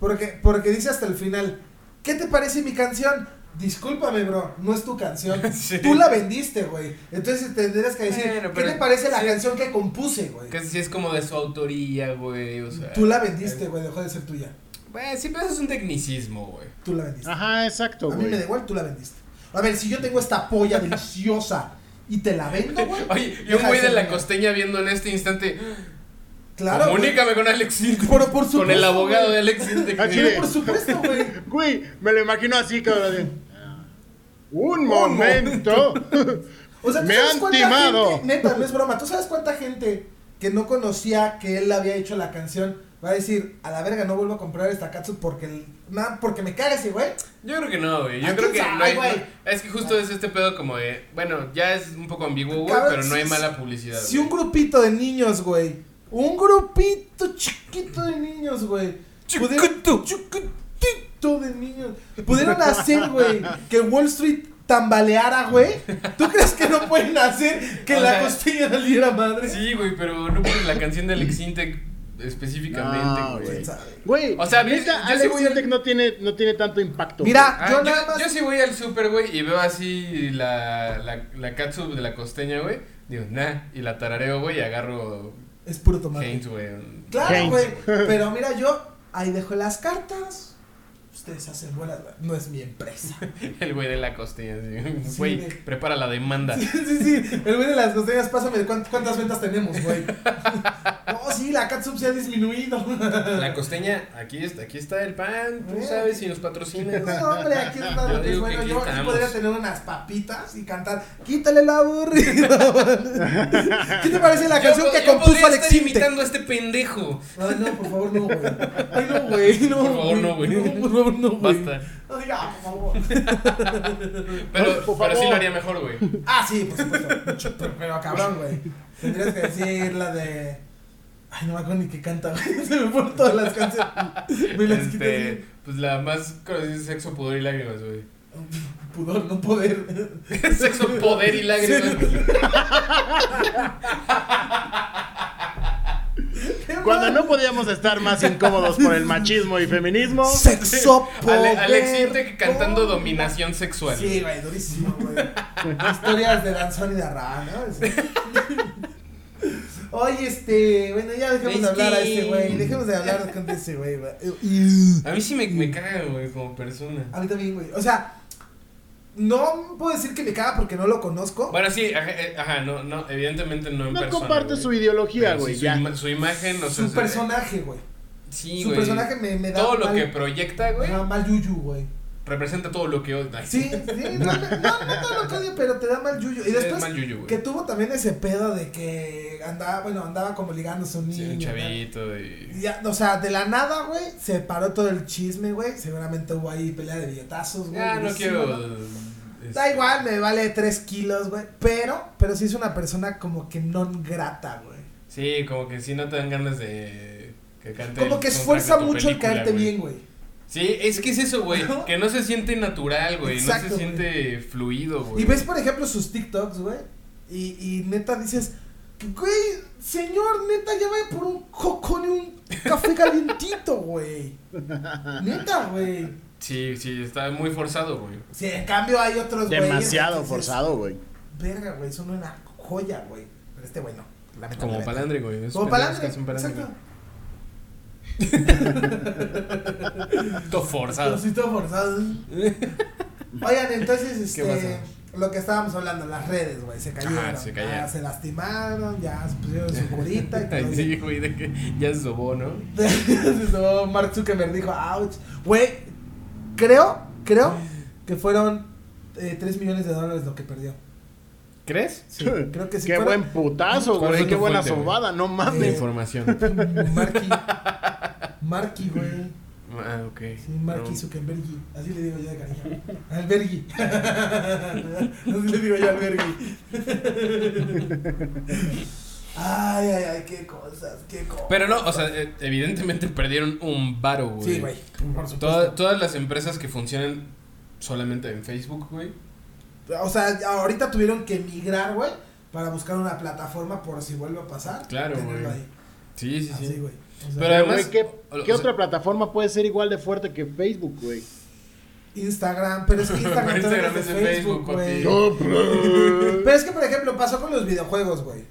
S2: Porque, porque dice hasta el final, ¿qué te parece mi canción? Discúlpame, bro, no es tu canción.
S1: Sí.
S2: Tú la vendiste, güey. Entonces tendrías que decir,
S1: Bueno,
S2: ¿qué
S1: pero-
S2: te parece la
S1: sí.
S2: canción que compuse, güey?
S1: Que si es como de su autoría, güey. O sea,
S2: Tú la vendiste, güey, dejó de ser tuya.
S1: Güey, siempre eso es un tecnicismo, güey.
S2: Tú la vendiste.
S3: Ajá, exacto,
S2: A mí
S3: güey.
S2: me da igual, tú la vendiste. A ver, si yo tengo esta polla deliciosa y te la vendo, güey.
S1: Oye, y
S2: deja
S1: un güey de
S2: ser
S1: la
S2: mío.
S1: costeña viendo en este instante.
S2: Claro. güey.
S1: comunícame con Alex Sintek.
S2: Pero por
S1: Con el
S2: supuesto,
S1: abogado
S2: güey.
S1: de Alex Sintek.
S3: Así
S2: Pero
S3: de-
S2: por supuesto, güey.
S3: Güey, me lo imagino así, cabrón. de, "Ah, Un momento.
S2: O sea, ¿tú
S3: Me
S2: sabes
S3: han
S2: cuánta
S3: timado.
S2: gente- neta, no es broma. ¿Tú sabes cuánta gente que no conocía que él había hecho la canción va a decir, a la verga, no vuelvo a comprar esta katsu porque, el- na- porque me caga ese güey?
S1: Yo creo que no, güey.
S2: Ay,
S1: Yo creo que
S2: Ah, quién
S1: no
S2: sabe,
S1: hay.
S2: güey. Ah.
S1: es que justo es este pedo como de. Bueno, ya es un poco ambiguo, güey,
S2: Cabrón,
S1: pero no
S2: si-
S1: hay mala publicidad.
S2: Si
S1: güey.
S2: un grupito de niños, güey. Un grupito chiquito de niños, güey. Chiquito. Chiquitito de niños. Pudieron hacer, güey, que Wall Street tambaleara, güey. ¿Tú crees que no pueden hacer que
S1: O
S2: la
S1: sea,
S2: costilla saliera madre?
S1: Sí, güey, pero no por la canción de Alex Sintek específicamente,
S3: No,
S1: güey.
S2: ¿Quién sabe?
S3: Güey,
S1: O sea, a mí-
S3: neta,
S1: yo sí
S3: Alex
S1: voy al-
S3: Sintek no tiene, no tiene tanto impacto.
S2: Mira,
S1: Ah,
S2: yo
S1: yo,
S2: nada más.
S1: yo sí voy al super, güey, y veo así la, la, la katsu de la costeña, güey. Digo, nah, y la tarareo, güey, y agarro
S2: Es puro tomate.
S1: Haynes, güey. un-
S2: Claro,
S3: Keynes.
S2: güey. Pero mira, yo ahí dejo las cartas. Ustedes hacen buenas. No es mi empresa.
S1: El güey de la costeña, así,
S2: Sí,
S1: güey,
S2: güey.
S1: prepara la demanda.
S2: Sí, sí, sí. El güey de las costeñas, pásame cuán- cuántas ventas tenemos, güey. Oh, sí, la catsup se ha disminuido.
S1: La costeña, aquí está, aquí está el pan, tú
S2: Eh.
S1: sabes si nos patrocinas.
S2: No, hombre, aquí está
S1: Yo
S2: lo que es
S1: digo que
S2: bueno.
S1: aquí
S2: Yo aquí
S1: estamos.
S2: podría tener unas papitas y cantar, quítale la aburrida. ¿Qué te parece la
S1: Yo
S2: canción
S1: po-
S2: que
S1: yo
S2: compuso
S1: podría
S2: Alex
S1: estar
S2: Sintek?
S1: imitando a este pendejo.
S2: Ay, no, por favor, no, güey. Ay, no, güey. No,
S1: Por favor, no, güey.
S2: por favor, no, güey.
S1: Basta.
S2: No diga, por favor.
S1: Pero, pero sí
S3: por favor.
S1: lo haría mejor, güey.
S2: Ah, sí, por supuesto. Mucho, pero, pero cabrón, güey. Tendrías que decir la de. Ay, no me acuerdo ni qué canta, güey. Se me fueron todas las canciones. Me las quité.
S1: Este, pues la más conocida es sexo, pudor y lágrimas, güey.
S2: Pudor, no poder.
S1: Sexo, poder y lágrimas.
S3: Cuando no podíamos estar más incómodos por el machismo y feminismo.
S2: Sexo,
S1: Ale,
S2: poder.
S1: Alex Sintek cantando
S2: poder.
S1: dominación sexual.
S2: Sí, güey, durísimo, güey. Historias de danzón y de Arra, ¿no? Oye, este, bueno, ya dejemos de hablar a ese güey, dejemos de hablar con ese güey, güey.
S1: A mí sí me, me caga, güey, como persona.
S2: A mí también, güey. O sea, no puedo decir que me caga porque no lo conozco.
S1: Bueno, sí, ajá, eh, ajá, no, no, evidentemente no en
S3: No
S1: persona.
S3: comparte
S1: güey.
S3: su ideología,
S1: Pero sí,
S3: güey.
S1: su,
S3: ya.
S1: ima- su imagen, o sea,
S2: su
S1: se-
S2: personaje, güey.
S1: eh, sí,
S2: su
S1: güey.
S2: personaje me, me da
S1: Todo lo
S2: mal-
S1: que proyecta, güey,
S2: me da mal yuyu, güey.
S1: representa todo lo que odia.
S2: Sí, sí, no, no, no, no todo lo que odio, pero te da mal yuyu. Y
S1: Es
S2: después,
S1: mal yuyu, güey.
S2: que tuvo también ese pedo de que andaba, bueno, andaba como ligándose a un niño.
S1: Sí, un
S2: ¿no?
S1: chavito
S2: Y
S1: y...
S2: ya, o sea, de la nada, güey, se paró todo el chisme, güey. Seguramente hubo ahí pelea de billetazos, güey.
S1: Ya, Ah, no
S2: durísimo,
S1: quiero...
S2: ¿no?
S1: este,
S2: Da igual, me vale 3 kilos, güey. Pero, pero sí es una persona como que non grata, güey.
S1: Sí, como que sí no te dan ganas de... Que cante
S2: Como
S1: el
S2: que
S1: soundtrack
S2: esfuerza
S1: de tu
S2: mucho el
S1: película,
S2: caerte
S1: güey.
S2: bien, güey.
S1: Sí, es que es eso, güey.
S2: ¿No?
S1: Que no se siente natural, güey. No
S2: Exacto,
S1: se siente fluido, güey.
S2: Y ves, por ejemplo, sus TikToks, güey. Y, y neta dices, güey, señor, neta, ya vaya por un cocón y un café calientito, güey. Neta, güey.
S1: Sí, sí, está muy forzado, güey.
S2: Si en cambio hay otros, güeyes que
S3: Demasiado
S2: dices,
S3: forzado, güey.
S2: Verga, güey, son una joya, güey. Pero este güey no.
S1: Como
S2: lamentablemente.
S1: palandre, güey. Es
S2: Como
S1: pendejo,
S2: palandre.
S1: es un palandre,
S2: Exacto.
S1: güey. Todo forzado.
S2: Trocito forzado. Oigan, entonces,
S1: ¿Qué
S2: este. Lo que estábamos hablando, las redes, güey, se cayeron.
S1: Ajá, se cayeron.
S2: Ya se lastimaron, ya se pusieron su curita y todo.
S1: Sí, güey, de que ya se sobó, ¿no?
S2: Entonces, no, Mark Zuckerberg dijo, ouch. Güey, creo, creo que fueron eh, 3 millones de dólares lo que perdió.
S1: ¿Crees?
S2: Sí, creo que sí.
S3: Qué
S2: fueron-
S3: buen putazo,
S1: ¿Cuál fue
S3: güey. Qué
S1: tu
S3: buena
S1: fuente, güey?
S3: sobada, no
S1: La
S3: mames.
S2: Eh,
S1: información.
S2: Marky. Marky, güey.
S1: Ah, ok.
S2: Sí, Marky
S1: No.
S2: Zuckerberg. Así le digo yo de cariño. Albergui. Así le digo yo a Albergui. Ay, ay, ay, qué cosas, qué cosas.
S1: Pero no, o sea, eh, evidentemente perdieron un varo, güey.
S2: Sí, güey. Por supuesto.
S1: Toda- todas las empresas que funcionan solamente en Facebook, güey.
S2: O sea, ahorita tuvieron que migrar, güey, para buscar una plataforma por si vuelve a pasar.
S1: Claro,
S2: tenerlo
S1: güey.
S2: ahí.
S1: Sí, sí,
S2: Así,
S1: sí.
S2: Ah, güey. O sea,
S1: Pero además-
S3: Güey, ¿qué,
S1: o-
S3: qué
S1: o sea-
S3: otra plataforma puede ser igual de fuerte que Facebook, güey?
S2: Instagram, pero es que Instagram,
S1: Pero
S2: también
S1: Instagram
S2: es de
S1: es de
S2: Facebook,
S1: Facebook,
S2: güey.
S1: papi.
S2: Pero es que, por ejemplo, pasó con los videojuegos, güey.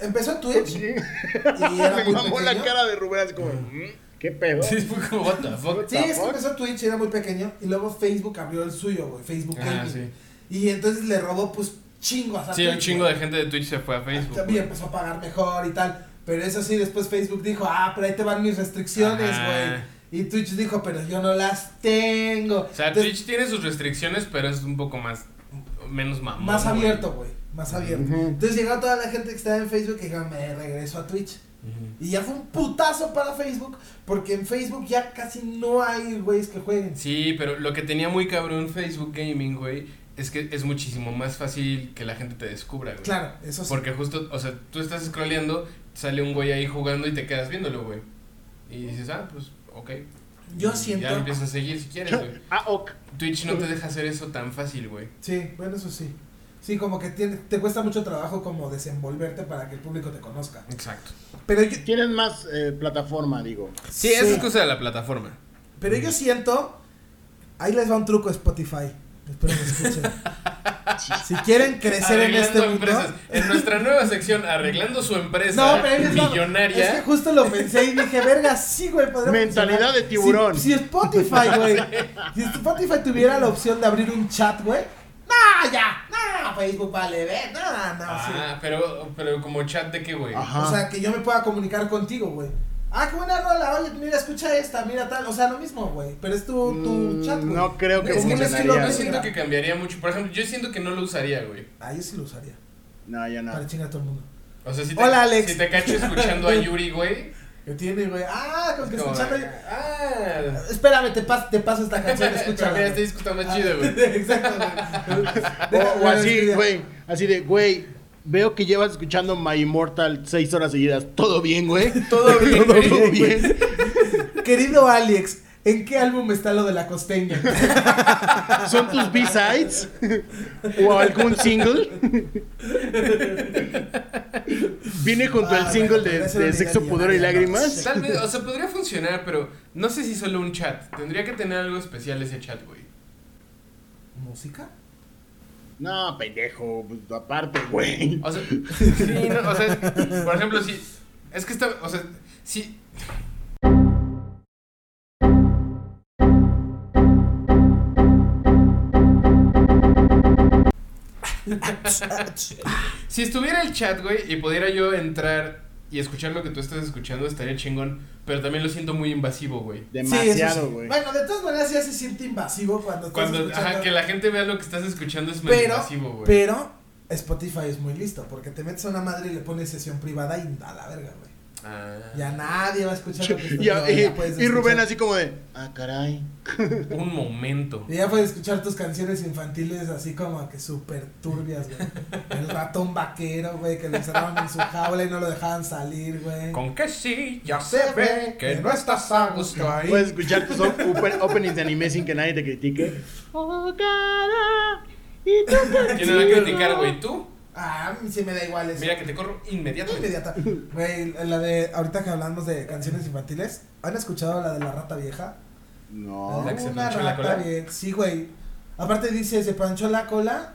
S2: Empezó Twitch. Y era
S3: Me
S2: muy
S3: mamó la
S2: pequeño.
S3: cara de Rubén así como, "Mm, ¿qué pedo?
S1: Sí, fue como, what the fuck.
S2: Sí, es que empezó Twitch, era muy pequeño. Y luego Facebook abrió el suyo, güey. Facebook
S1: Ah,
S2: Gaming.
S1: sí.
S2: Y entonces le robó, pues, chingo. hasta
S1: Sí, un
S2: Facebook.
S1: chingo de gente de Twitch se fue a Facebook.
S2: También empezó a pagar mejor y tal. Pero eso sí, después Facebook dijo, ah, pero ahí te van mis restricciones,
S1: Ajá.
S2: güey. Y Twitch dijo, pero yo no las tengo.
S1: O sea,
S2: Entonces,
S1: Twitch tiene sus restricciones, pero es un poco más. menos mamón.
S2: Más
S1: güey.
S2: abierto, güey. Más abierto. Entonces llegó toda la gente que estaba en Facebook y dijeron, me regreso a Twitch.
S1: Ujú.
S2: Y ya fue un putazo para Facebook, porque en Facebook ya casi no hay güeyes que jueguen.
S1: Sí, pero lo que tenía muy cabrón Facebook Gaming, güey, es que es muchísimo más fácil que la gente te descubra, güey.
S2: Claro, eso sí.
S1: Porque justo, o sea, tú estás scrolleando, sale un güey ahí jugando y te quedas viéndolo, güey. Y dices, ah, pues, ok.
S2: Yo
S1: Y
S2: siento.
S1: Ya lo empiezas a seguir si quieres, güey.
S3: Ah, ok.
S1: Twitch no te deja hacer eso tan fácil, güey.
S2: Sí, bueno, eso sí. Sí, como que tiene- te cuesta mucho trabajo como desenvolverte para que el público te conozca.
S1: Exacto.
S2: Pero yo,
S3: Tienen más eh, plataforma, digo.
S1: Sí, eso es cosa de la plataforma.
S2: Pero yo siento. Ahí les va un truco de Spotify. Espero que escuchen. si quieren crecer en
S1: Arreglando
S2: este mundo.
S1: empresas. En nuestra nueva sección, arreglando su empresa
S2: No, pero ahí les va-
S1: millonaria.
S2: Es que justo lo pensé y dije, verga, sí, güey. podría
S3: Mentalidad
S2: funcionar".
S3: de tiburón.
S2: Si, si Spotify, güey. Si Spotify tuviera la opción de abrir un chat, güey. No, ya. No, Facebook vale, ve. No, no, sí.
S1: Ah, pero, pero como chat de qué, güey.
S3: Ajá.
S2: O sea, que yo me pueda comunicar contigo, güey. Ah, qué buena rola, oye, mira, escucha esta, mira tal. O sea, lo mismo, güey. Pero es tu, tu
S3: Mm,
S2: chat, güey.
S3: no creo que
S2: Es este un
S3: funcionaría.
S2: estilo
S1: Yo
S2: de-
S1: siento que cambiaría mucho. Por ejemplo, yo siento que no lo usaría, güey.
S2: Ah, yo sí lo usaría.
S3: no, ya no.
S2: Para chingar a todo el mundo.
S1: O sea, si te,
S2: Hola, Alex.
S1: Si te cacho escuchando a Yuri, güey.
S2: ¿Qué tiene, güey? Ah, con que
S1: es como
S2: escuchando.
S1: de, Ah.
S2: Espérame, te, pas- te paso esta canción,
S1: Pero
S2: escúchala.
S1: mira, estoy
S2: güey.
S1: disfrutando
S2: Ah,
S1: chido, güey.
S2: Exacto, güey.
S3: O,
S2: Déjame
S3: o
S2: ver
S3: así,
S2: este
S3: güey. Así de, güey, veo que llevas escuchando My Immortal seis horas seguidas. ¿Todo bien, güey? Todo bien. Todo bien.
S2: video. Querido Alex, ¿en qué álbum está lo de la costeña?
S3: ¿Son tus B-sides? ¿O algún single? Vine junto
S2: Ah,
S3: al single
S2: bueno, pero
S3: de,
S2: eso
S3: de
S2: no
S3: Sexo,
S2: diría
S3: Pudor y
S2: nada.
S3: Lágrimas.
S1: Tal vez, o sea, podría funcionar, pero no sé si solo un chat. Tendría que tener algo especial ese chat, güey.
S2: ¿Música?
S3: No, pendejo. pues, Aparte, güey.
S1: O sea, sí, no, o sea, es- por ejemplo, si. Es que está. O sea, si.
S2: Ah,
S1: Si estuviera el chat, güey, y pudiera yo entrar y escuchar lo que tú estás escuchando, estaría chingón. Pero también lo siento muy invasivo, güey.
S2: Sí, eso
S3: Demasiado,
S2: sí.
S3: güey.
S2: Bueno, de todas maneras ya se siente invasivo cuando estás
S1: Cuando
S2: escuchando-
S1: ajá, que la gente vea lo que estás escuchando es medio
S2: pero,
S1: invasivo, güey.
S2: pero Spotify es muy listo porque te metes a una madre y le pones sesión privada y a la verga, güey.
S1: Ah.
S2: Ya nadie va a escuchar lo que estás-
S3: Y, a-
S2: ya
S3: y-
S2: puedes
S3: eh, y Rubén
S2: escuchar-
S3: así como de, ah, caray.
S1: Un momento.
S2: Y ya puedes escuchar tus canciones infantiles así como que súper turbias, güey. El ratón vaquero, güey, que lo encerraron en su jaula y no lo dejaban salir, güey.
S1: Con que sí, ya se ve que no estás a gusto ahí.
S3: Puedes escuchar tus op- open- openings de anime sin que nadie te critique.
S1: ¿Quién me va a criticar, güey? ¿Tú?
S2: Ah, a mí sí me da igual eso.
S1: Mira que te corro inmediatamente.
S2: Inmediata. Güey, la de. Ahorita que hablamos de canciones infantiles, ¿han escuchado la de la rata vieja?
S3: No.
S1: La que se
S2: Una
S1: planchó la cola.
S2: rata vieja. Sí, güey. Aparte dice, se planchó la cola.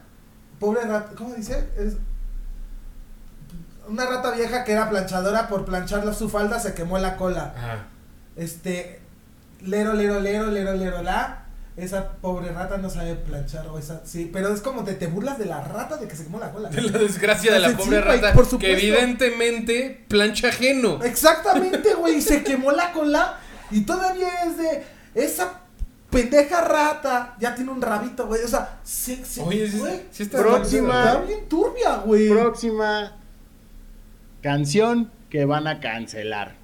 S2: Pobre rata. ¿Cómo dice? Es. Una rata vieja que era planchadora por planchar su falda se quemó la cola.
S1: Ajá.
S2: Este, lero, lero, lero, lero, lero, la. Esa pobre rata no sabe planchar o esa. Sí, pero es como te, te burlas de la rata de que se quemó la cola.
S1: De la desgracia de la
S2: Sí,
S1: pobre
S2: güey,
S1: rata
S2: por
S1: que
S2: supuesto.
S1: evidentemente plancha ajeno.
S2: Exactamente, güey. y Se quemó la cola y todavía es de. Esa pendeja rata ya tiene un rabito, güey. O sea, se. se
S1: Oye, sí,
S2: güey,
S1: sí está
S3: Próxima.
S2: está bien turbia, güey.
S3: Próxima canción que van a cancelar.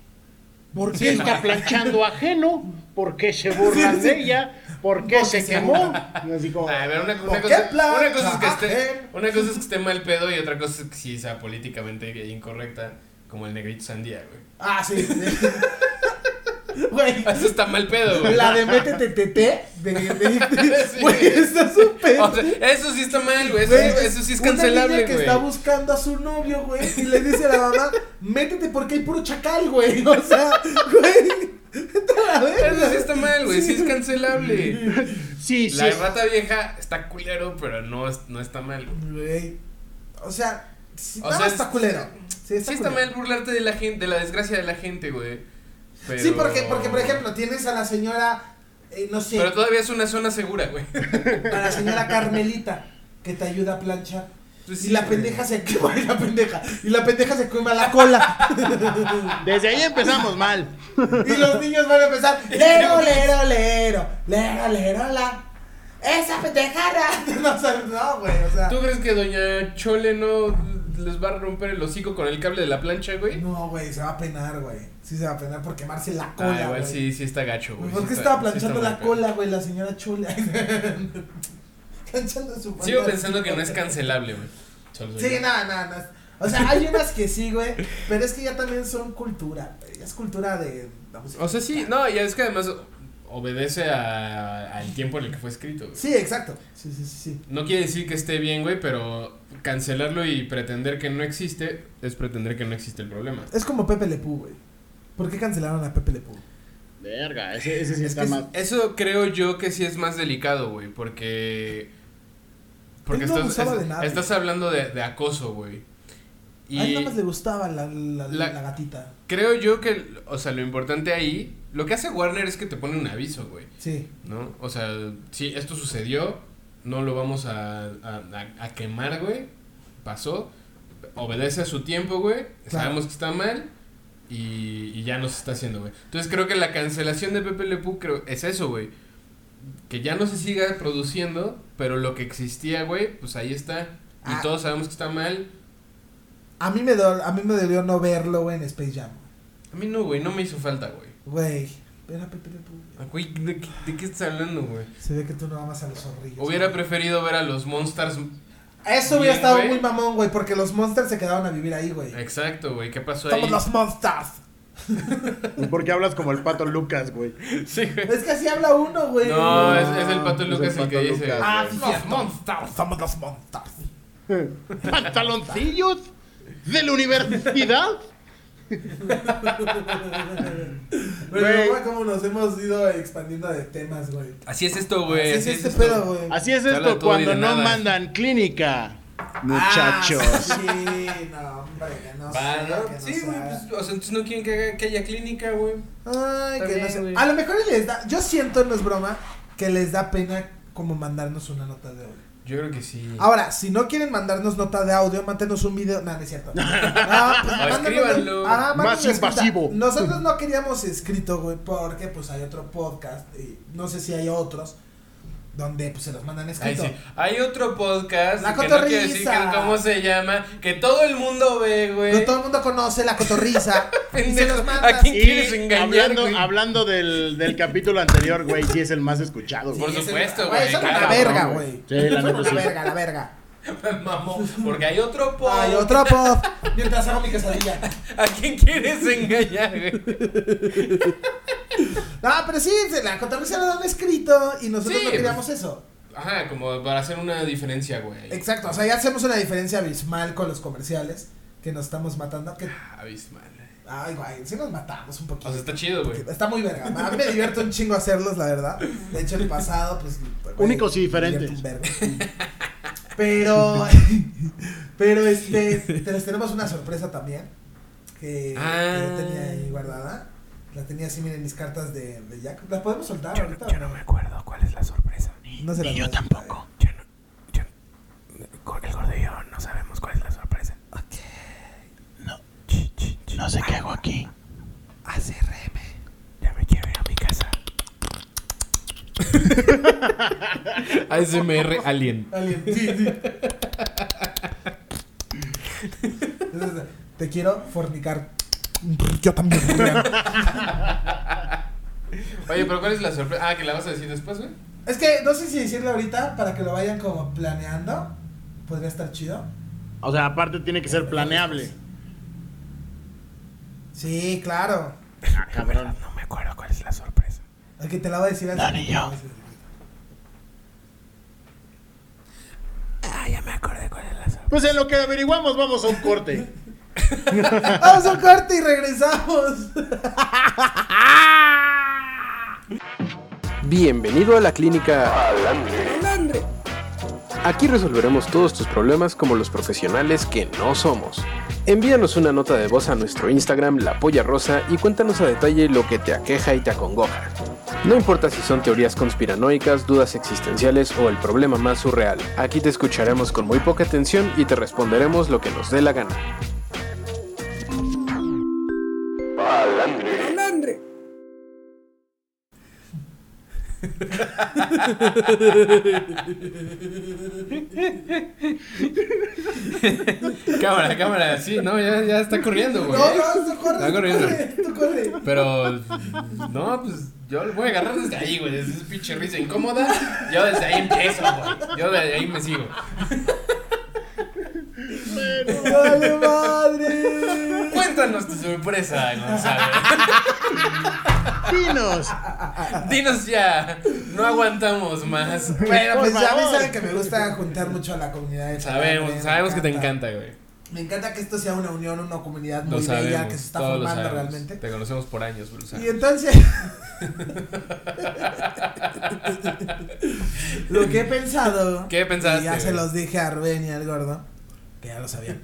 S2: ¿Por
S3: ¿Por qué
S2: qué?
S3: está planchando ajeno? ¿Por qué se burlan
S2: Sí, sí.
S3: de ella? ¿Por qué
S2: Porque
S3: se
S2: se
S3: quemó?
S2: burla.
S3: Y así como,
S1: A ver, una, una
S2: ¿Por
S1: cosa,
S2: qué plancha
S1: una cosa es que esté,
S2: ajeno?
S1: una cosa es que esté mal pedo y otra cosa es que sí sea políticamente incorrecta, como el negrito sandía, güey.
S2: Ah, sí. sí. Güey.
S1: Eso está mal pedo, güey.
S2: La de métete tete de, de, de-
S1: Sí.
S2: güey, está súper.
S1: O sea, eso sí está mal, güey. Eso,
S2: güey,
S1: sí- eso sí es
S2: Una
S1: cancelable,
S2: niña que
S1: güey.
S2: está buscando a su novio, güey, y le dice a la mamá, métete porque hay puro chacal, güey. O sea, güey. vete a la verga.
S1: Eso sí está mal, güey. Sí es cancelable.
S3: sí, sí.
S1: La
S3: es-
S1: rata vieja está culero, pero no, es- no está mal. güey.
S2: Güey. O sea, sí,
S1: O
S2: nada
S1: sea,
S2: más está
S1: es-
S2: culero. Sí, está,
S1: Sí está
S2: culero.
S1: mal burlarte de la gente, de la desgracia de la gente, güey. Pero...
S2: Sí, porque, porque, por ejemplo, tienes a la señora, eh, no sé,
S1: Pero todavía es una zona segura, güey.
S2: a la señora Carmelita, que te ayuda a planchar.
S1: Pues
S2: Y
S1: sí,
S2: la
S1: güey.
S2: pendeja se quema y la pendeja. Y la pendeja se quema la cola.
S3: Desde ahí empezamos mal.
S2: y los niños van a empezar. Lero, lero, lero. Lero, lero, la. Esa pendejada. No, o sea, no, güey. O sea.
S1: ¿Tú crees que Doña Chole no les va a romper el hocico con el cable de la plancha, güey?
S2: No, güey, se va a penar, güey. Sí se va a penar por quemarse la cola.
S1: Ah, igual
S2: güey.
S1: sí, sí está gacho, güey.
S2: ¿Por
S1: Pues Sí
S2: qué
S1: está-
S2: estaba
S1: sí está
S2: planchando
S1: muy
S2: la
S1: feo.
S2: cola, güey, la señora chula? planchando su
S1: Sigo
S2: manga.
S1: pensando que no es cancelable, güey. Solo soy
S2: Sí,
S1: yo.
S2: no, no, no. O sea, hay unas que sí, güey, pero es que ya también son cultura. güey, Es cultura de la música.
S1: O sea, sí, no, y es que además obedece a- al tiempo en el que fue escrito, güey.
S2: Sí, exacto. Sí, sí, sí, sí.
S1: No quiere decir que esté bien, güey, pero cancelarlo y pretender que no existe es pretender que no existe el problema.
S2: Es como Pepe Le Pew, güey. ¿Por qué cancelaron a Pepe Le Pew?
S3: Verga, ese, ese sí
S1: Es
S3: está
S1: que
S3: más.
S1: eso creo yo que sí es más delicado, güey, porque... Porque
S2: Él no
S1: estás,
S2: abusaba
S1: es-
S2: de nadie.
S1: estás hablando de, de acoso, güey.
S2: A él nada más le gustaba la, la,
S1: La-
S2: la gatita.
S1: Creo yo que, o sea, lo importante ahí, lo que hace Warner es que te pone un aviso, güey,
S2: Sí.
S1: ¿no? O sea, sí, esto sucedió, no lo vamos a, a, a- a quemar, güey, pasó, obedece a su tiempo, güey, sabemos que está mal y, y ya nos está haciendo, güey. Entonces creo que la cancelación de Pepe Le Pew creo, es eso, güey, que ya no se siga produciendo, pero lo que existía, güey, pues ahí está. Y
S2: Ah.
S1: todos sabemos que está mal.
S2: A mí me, dol- a mí me dolió no verlo, güey, en Space Jam.
S1: A mí no, güey, no me hizo falta, güey.
S2: Güey, era Pepe Le Pew. güey.
S1: Ah, Güey, ¿de, qué- de qué estás hablando, güey?
S2: Se ve que tú no amas a los zorrillos.
S1: Hubiera
S2: güey.
S1: preferido ver a los Monsters.
S2: Eso
S1: Bien,
S2: hubiera estado
S1: güey.
S2: muy mamón, güey, porque los monsters se quedaron a vivir ahí, güey.
S1: Exacto, güey. ¿Qué pasó ahí?
S2: Somos los monsters.
S3: ¿Por qué hablas como el pato Lucas, güey?
S1: Sí, güey.
S2: Es que así habla uno, güey.
S1: No, es, es el pato
S3: Es el
S1: Lucas el, que
S3: Pato
S1: dice.
S3: Lucas,
S2: Ah, sí,
S1: los
S2: cierto.
S1: Monsters.
S2: Somos los monsters.
S3: ¿Pantaloncillos? ¿De la universidad?
S2: Güey, güey, cómo nos hemos ido expandiendo de temas, güey.
S1: Así es esto, güey.
S2: Sí,
S1: Así
S2: sí,
S1: es
S2: este
S1: esto.
S2: pedo, güey.
S3: Así es
S1: Se habla
S3: esto
S1: todo y de
S3: cuando no
S1: nada.
S3: mandan clínica, muchachos.
S2: Ah, sí, no, hombre, que no
S1: Va,
S2: sé,
S1: Ah, ¿no?
S2: que no
S1: Sí,
S2: sé.
S1: güey. Pues, o sea, entonces no quieren que, haga- que haya clínica, güey.
S2: Ay,
S1: Está
S2: que no
S1: bien,
S2: sé.
S1: güey.
S2: A lo mejor les da. Yo siento, no es broma, que les da pena como mandarnos una nota de audio.
S1: Yo creo que sí.
S2: Ahora, si no quieren mandarnos nota de audio, mándenos un video. No, no es cierto. Ah, pues, Ah,
S1: O
S2: mándenos-
S1: escríbanlo.
S2: Ajá, mándenos
S3: Más
S2: escrita.
S3: invasivo.
S2: Nosotros no queríamos escrito, güey, porque pues hay otro podcast. Y no sé si hay otros donde pues se los mandan
S1: Ahí
S2: escrito.
S1: sí. Hay otro podcast
S2: La
S1: que no quiero decir
S2: cotorriza.
S1: que- cómo se llama, que todo el mundo ve,
S2: No
S1: güey.
S2: todo el mundo conoce la cotorriza. y se
S1: Pendejo,
S2: los mandan.
S1: ¿a quién
S3: Y
S1: quieres engañar,
S3: hablando,
S1: güey?
S3: hablando del, del capítulo anterior, güey, sí es el más escuchado,
S1: Por
S3: güey.
S2: Ese-
S1: supuesto, güey.
S2: Son una
S1: claro,
S2: verga,
S1: güey.
S2: güey.
S3: Sí, la
S2: Son
S3: neta
S2: una
S3: sí.
S2: verga, la verga.
S1: Mamó, porque hay otro podcast.
S2: Hay otro pod. Mientras hago mi quesadilla.
S1: ¿A quién quieres engañar, güey?
S2: No, pero sí, se- la cotorriza lo dan escrito y nosotros
S1: Sí. pues.
S2: no queríamos eso.
S1: Ajá, como para hacer una diferencia, güey.
S2: Exacto, o sea, ya hacemos una diferencia abismal con los comerciales que nos estamos matando. Que,
S1: Abismal.
S2: ay, güey, sí nos matamos un poquito.
S1: O sea, está chido, güey.
S2: Está muy verga. A mí me divierto un chingo hacerlos, la verdad. De hecho, el pasado, pues. güey,
S3: Únicos y
S2: me
S3: diferentes.
S2: divierto un vergo. Pero. Pero este. te les tenemos una sorpresa también. Que, que
S1: Ah.
S2: yo tenía ahí guardada. La tenía así, miren, mis cartas de, de Jack. ¿Las podemos soltar ahorita? o no?
S6: acuerdo cuál es la sorpresa.
S2: No se las voy a soltar.
S6: Yo no, yo, el gordo y yo no sabemos cuál es la sorpresa. Ok. No, no sé qué hago aquí. ACRM. Ya me quiero ir a mi casa.
S1: ASMR Alien.
S2: Alien, sí, sí. Entonces, Te quiero fornicar. Yo también.
S1: Oye, pero ¿cuál es la sorpresa? Ah, que la vas a decir después, güey.
S2: es que no sé si decirlo ahorita para que lo vayan como planeando. Podría estar chido.
S3: O sea, aparte tiene que ser planeable.
S2: Sí, claro.
S3: Ah, cabrón.
S6: No me acuerdo cuál es la sorpresa.
S2: El que te la va a decir así.
S6: Dani, yo. Ah, ya me acordé cuál es la sorpresa.
S3: Pues en lo que averiguamos, vamos a un corte.
S2: Vamos a un corte y regresamos.
S7: Bienvenido a la clínica Aquí resolveremos todos tus problemas como los profesionales que no somos. Envíanos una nota de voz a nuestro Instagram La Polla Rosa y cuéntanos a detalle lo que te aqueja y te acongoja. No importa si son teorías conspiranoicas, dudas existenciales o el problema más surreal, aquí te escucharemos con muy poca atención y te responderemos lo que nos dé la gana.
S5: Palandre.
S1: Cámara, cámara, sí, no, ya, ya está corriendo, güey.
S2: No, no, tú corre.
S1: Está
S2: tú
S1: corriendo.
S2: corre, Tú corre.
S1: Pero, no, pues yo lo voy a agarrar desde ahí, güey. Desde esa pinche risa incómoda. Yo desde ahí empiezo, güey. Yo desde ahí me sigo.
S2: ¡Vale, madre!
S1: Cuéntanos tu sorpresa, Gonzalo.
S3: ¡Dinos!
S1: Dinos ya. No aguantamos más.
S2: Pero pues ya me
S3: favor.
S2: saben que me gusta juntar mucho a la comunidad. de Palandre, me
S1: Sabemos, sabemos que te
S2: encanta.
S1: encanta, güey.
S2: Me encanta que esto sea una unión, una comunidad
S1: Lo
S2: muy bella
S1: sabemos.
S2: que se está
S1: todos lo
S2: formando
S1: sabemos.
S2: realmente.
S1: Te conocemos por años, güey. lo
S2: Y
S1: sabemos.
S2: entonces. lo que he pensado.
S1: ¿Qué pensaste,
S2: y ya se
S1: güey?
S2: los dije a Rubén y al gordo. Que ya lo sabían.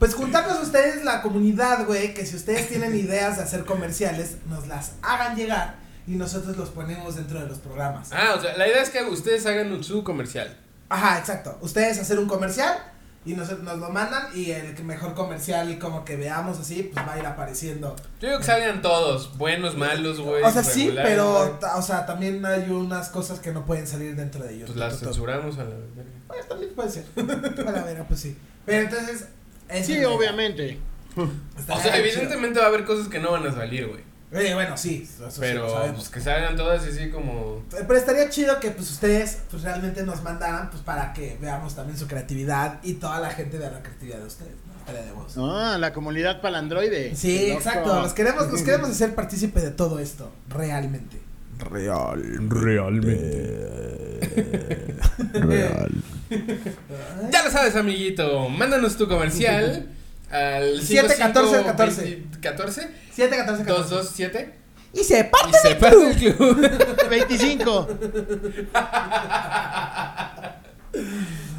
S2: Pues juntarnos ustedes, la comunidad, güey. Que si ustedes tienen ideas de hacer comerciales, nos las hagan llegar. Y nosotros los ponemos dentro de los programas.
S1: Ah, o sea, la idea es que ustedes hagan un su comercial.
S2: Ajá, exacto. Ustedes hacer un comercial. Y nos, nos lo mandan. Y el que mejor comercial, como que veamos así, pues va a ir apareciendo.
S1: Yo digo que salgan todos, buenos, malos, güey.
S2: O sea, sí,
S1: regulares, güey.
S2: pero, ta- o sea, también hay unas cosas que no pueden salir dentro de ellos.
S1: Pues las
S2: Tot- tot-
S1: censuramos a la
S2: Pues, también puede ser. A la vera, pues sí. Pero entonces. esa es
S3: Sí,
S2: mi-
S3: obviamente.
S1: O
S2: estaría
S1: sea,
S2: Ah, chido.
S1: evidentemente va a haber cosas que no van a salir, güey.
S2: Eh, bueno, sí. eso sí
S1: Pero
S2: lo
S1: pues
S2: sabemos.
S1: que salgan todas así como.
S2: Pero estaría chido que pues ustedes pues realmente nos mandaran pues para que veamos también su creatividad y toda la gente vea la creatividad de ustedes, ¿no? Estaría de vos.
S3: Ah, la comunidad palandroide.
S2: Sí,
S3: Loco.
S2: exacto. Los queremos, los queremos hacer partícipe de todo esto, realmente.
S1: Ya lo sabes, amiguito. Mándanos tu comercial al
S2: 714 14.
S1: 14
S2: 7, 14, 14.
S1: 227
S2: Y se parte
S1: y se
S2: del
S1: parte
S2: club.
S1: el club.
S3: 25.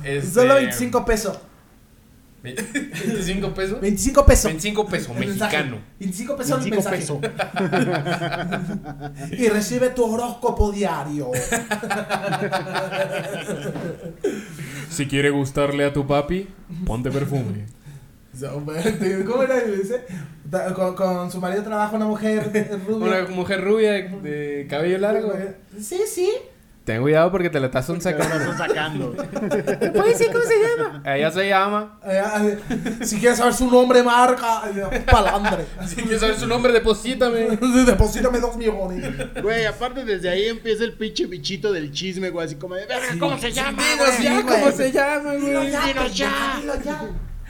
S1: Este,
S2: Solo 25 pesos.
S1: 25 pesos.
S2: 25 pesos.
S1: 25 pesos
S2: El mensaje.
S1: mexicano.
S2: 25 pesos el
S3: 25
S2: mensaje.
S3: pesos.
S2: Y recibe tu horóscopo diario.
S1: Si quiere gustarle a tu papi, ponte perfume.
S2: ¿Cómo era que dice? Da- Con, con su marido trabaja una mujer eh,
S1: Una
S2: rubia. eh.
S1: mujer rubia de cabello largo.
S2: Sí, sí.
S1: Ten cuidado porque te la estás sacando.
S3: Están sacando.
S1: Ella se llama.
S2: Eh, eh, si quieres saber su nombre, marca. eh, Palandre.
S1: Si quieres saber su nombre, deposítame.
S2: Deposítame dos millones.
S3: Güey, aparte desde ahí empieza el pinche bichito del chisme, güey, así como de, "Verga, ¿cómo se llama?
S1: Dinos
S2: güey,
S1: ya
S2: sí,
S1: cómo
S2: güey.
S1: se llama, güey.
S2: ya,
S3: Dilo ya.
S2: dilo ya.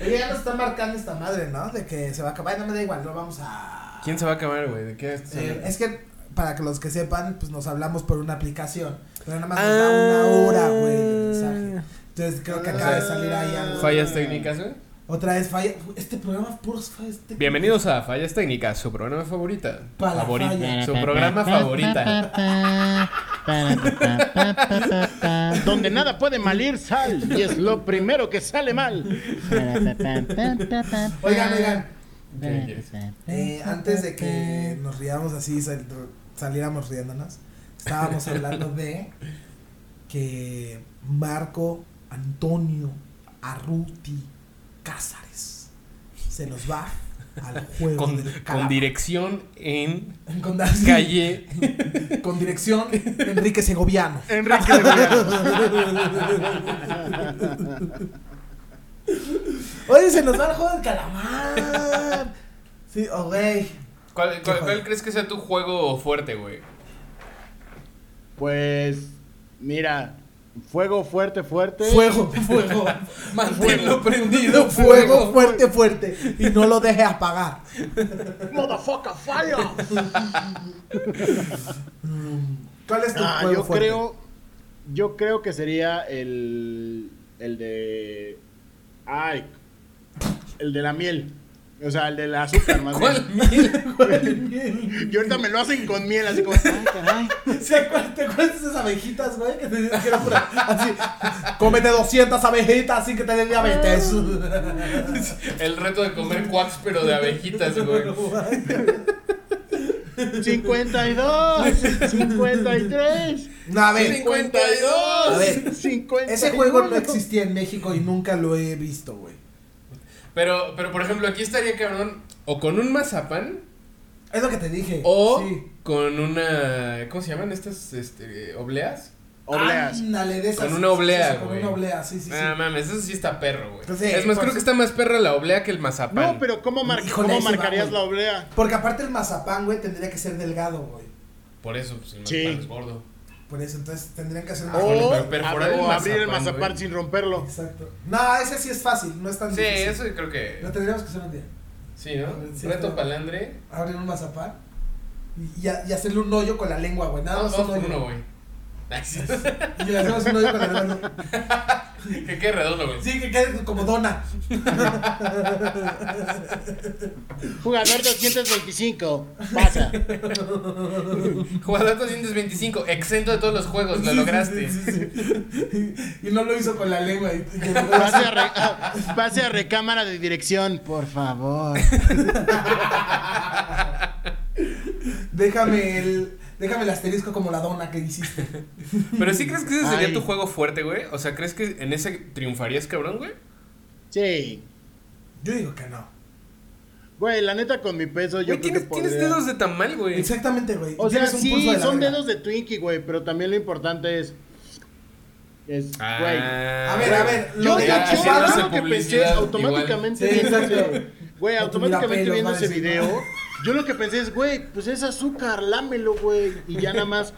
S2: Oye, ya nos está marcando esta madre, ¿no? De que se va a acabar. No me da igual, no vamos a.
S1: ¿Quién se va a acabar, güey? ¿De qué estás
S2: Eh,
S1: hablando?
S2: es que, para que los que sepan, pues nos hablamos por una aplicación. Pero nada más nos da una hora, güey, de mensaje. Entonces creo que acaba de salir ahí algo.
S1: Fallas técnicas, güey.
S2: Otra vez falla. Este programa puros fallas técnicas.
S1: Bienvenidos a Fallas Técnicas, su programa favorita.
S2: Pa' la
S1: Favori-
S2: falla.
S1: Su programa favorita.
S3: Donde nada puede malir sal y es lo primero que sale mal.
S2: Oigan, oigan.
S1: ¿Qué quieres?
S2: eh, antes de que nos riamos así, sal- saliéramos riéndonos, estábamos hablando de que Marco Antonio Arruti Cázares se nos va al juego
S1: Con,
S2: del
S1: con
S2: calamar.
S1: dirección en
S2: Con da- sí,
S1: calle.
S2: con dirección Enrique Segoviano.
S3: Enrique de Vega.
S2: Oye, se nos va el juego del calamar. Sí, oh, güey.
S1: ¿Cuál, cuál,
S2: Híjole.
S1: cuál crees que sea tu juego fuerte, güey?
S3: Pues, mira, fuego fuerte, fuerte.
S2: Fuego, fuego.
S1: Manténlo prendido,
S2: Fuego fuerte, fuerte. Y no lo dejes apagar.
S3: Motherfucker, fire.
S2: ¿Cuál es tu
S3: Ah,
S2: juego
S3: yo
S2: fuerte?
S3: creo, yo creo que sería el, el de, ay, el de la miel. O sea, el del azúcar, más
S1: ¿Cuál
S3: bien.
S1: miel?
S3: Y ahorita me lo hacen con miel, así como, ay, caray.
S2: ¿Se acuer- ¿Te acuerdas de esas abejitas, güey? Que te decían que era pura. Así, cómete 200 abejitas sin que te den diabetes. Ah.
S1: El reto de comer quacks, pero de abejitas, güey.
S3: 52, 53,
S2: No, a ver, a
S1: 52.
S2: ver.
S3: 50.
S2: Ese juego no existía en México y nunca lo he visto, güey.
S1: Pero, pero por ejemplo, aquí estaría cabrón o con un mazapán
S2: Es lo que te dije.
S1: o
S2: Sí.
S1: con una ¿cómo se llaman estas este obleas?
S3: Obleas.
S2: Ándale, de esas.
S1: Con una oblea,
S2: Sí, sí, Con
S1: güey.
S2: una oblea, sí, sí, sí.
S1: Ah, mames, eso sí está perro, güey.
S2: Pues sí,
S1: es más
S2: por
S1: creo
S2: su-
S1: que está más perra la oblea que el mazapán.
S3: No, pero ¿cómo, mar-
S2: Híjole,
S3: ¿cómo
S2: ese va,
S3: marcarías
S2: güey.
S3: la oblea?
S2: Porque aparte el mazapán, güey, tendría que ser delgado, güey.
S1: por eso pues, el
S3: Sí.
S1: mazapán es gordo.
S2: Por eso, entonces tendrían que hacer una.
S3: O,
S1: pero perforar el
S3: o abrir el
S1: mazapán,
S3: mazapán
S1: güey.
S3: sin romperlo.
S2: Exacto. No, ese sí es fácil, no es tan
S1: Sí,
S2: difícil.
S1: eso yo creo
S2: Lo
S1: que
S2: tendríamos que hacer un día.
S1: sí, ¿no?
S2: Sí,
S1: reto
S2: claro.
S1: palandre.
S2: Abrir un mazapán y, y ha- y hacerle un hoyo con la lengua, güey. Nada
S1: Dos
S2: más
S1: Ah, por
S2: un hoyo.
S1: uno, güey. Ay, sí.
S2: Y le hacemos un hoyo con la lengua.
S1: que quede redondo, güey.
S2: Sí, que quede como dona.
S3: Jugador 225, pasa.
S1: Jugador 225, exento de todos los juegos, lo
S2: Sí,
S1: lograste.
S2: sí, sí, sí. Y, y no lo hizo con la lengua. Y, y llegó
S3: Pase
S2: así.
S3: a, re- ah, pase a recámara de dirección, por favor.
S2: déjame el. Déjame el asterisco como la dona que hiciste.
S1: Pero sí crees que ese sería
S3: Ay.
S1: tu juego fuerte, güey. O sea, ¿crees que en ese triunfarías, cabrón, güey?
S3: Sí.
S2: Yo digo que no.
S3: Güey, la neta con mi peso yo
S1: Güey,
S3: creo
S1: tienes,
S3: que
S1: tienes
S3: podría.
S1: dedos de tamal, güey.
S2: Exactamente, güey.
S3: O sea,
S2: Tienes un pulso
S3: sí,
S2: de la
S3: son
S2: verga.
S3: dedos de Twinkie, güey, pero también lo importante es es güey.
S1: Ah.
S2: A ver, a ver.
S3: Yo
S2: Lo
S3: de
S2: de
S1: ya,
S2: la
S3: hecho,
S1: haciéndose
S3: lo
S2: chupada.
S3: primero que pensé
S1: publicidad,
S3: automáticamente
S2: igual. Sí,
S3: viendo
S2: exacto.
S3: ese-
S1: pues
S3: güey,
S2: No
S3: automáticamente
S2: tuviera
S3: viendo ese
S2: pelos, va a decir,
S3: video, yo lo que pensé es, güey, pues es azúcar, lámelo, güey, y ya nada más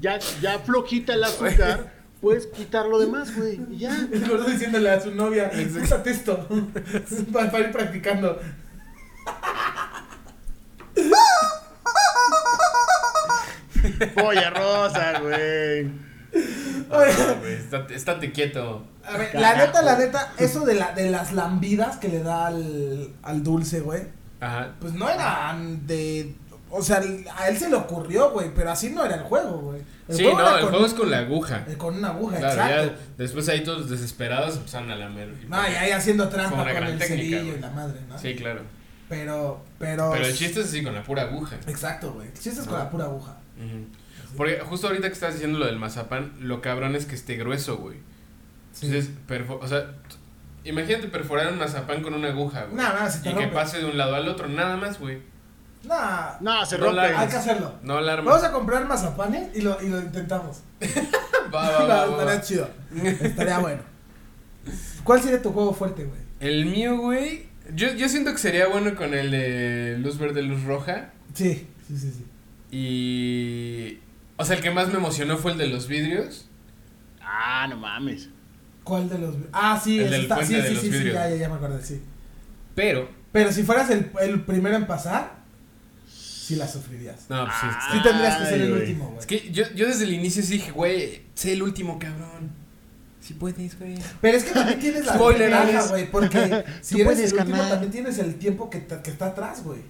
S3: ya ya flojita el azúcar, puedes quitar lo demás, güey, y ya.
S2: El gordo diciéndole a su novia, úsate esto para, para ir practicando.
S3: Polla rosa, güey.
S2: Oye,
S1: Ah, güey, estate, estate quieto.
S2: a ver, la neta, la neta, eso de, la, de las lambidas que le da al, al dulce, güey,
S1: Ajá.
S2: pues no eran de... O sea, a él se le ocurrió, güey, pero así no era el juego, güey. El
S1: Sí,
S2: juego
S1: no,
S2: era
S1: el
S2: con-
S1: juego es con la aguja.
S2: eh, Con una aguja,
S1: Claro, ya
S2: exacto.
S1: después ahí todos desesperados empezaron a lamer.
S2: No, y ahí haciendo
S1: Fue
S2: trampa
S1: una
S2: con
S1: gran
S2: el
S1: técnica,
S2: cerillo
S1: güey.
S2: y la madre, ¿no?
S1: Sí, claro.
S2: Pero, pero...
S1: Pero el chiste es Ah. así, con la pura aguja.
S2: Exacto, güey. El chiste es con la pura aguja.
S1: Ujú. Porque justo ahorita que estás diciendo lo del mazapán, lo cabrón es que esté grueso, güey. Entonces, perfo- o sea, t- imagínate perforar un mazapán con una aguja, güey.
S2: No, no, se te
S1: y que
S2: rompe.
S1: pase de un lado al otro, nada más, güey.
S2: Nah,
S3: No, se
S1: No
S3: rompe.
S1: la-
S2: hay que hacerlo.
S1: No alarma.
S2: Vamos a comprar mazapanes y lo, y lo intentamos.
S1: Va, va, va, va,
S2: Estaría
S1: va.
S2: chido. Estaría bueno. ¿Cuál sería tu juego fuerte, güey?
S1: El mío, güey. Yo, yo siento que sería bueno con el de luz verde, luz roja.
S2: Sí, sí, sí, sí.
S1: Y. O sea, el que más me emocionó fue el de los vidrios.
S3: Ah, no mames.
S2: ¿Cuál de los.? Ah, sí,
S1: El
S2: ese
S1: del
S2: está.
S1: puente
S2: Sí,
S1: de
S2: sí,
S1: los
S2: sí, sí,
S1: vidrios.
S2: ya, ya, ya me acordé, sí.
S1: Pero.
S2: Pero si fueras el, el primero en pasar, sí la sufrirías.
S1: No, pues sí, está-
S2: Sí tendrías que
S3: Ay,
S2: ser el
S3: güey.
S2: último, güey.
S1: Es que yo, yo desde el inicio sí dije, güey, sé el último, cabrón. Si puedes, güey.
S2: Pero es que también tienes la
S1: Spoiler,
S2: ventaja,
S1: Alex.
S2: güey. Porque si
S3: Tú
S2: eres
S3: puedes
S2: el último,
S3: ganar.
S2: también tienes el tiempo que, ta- que está atrás, güey.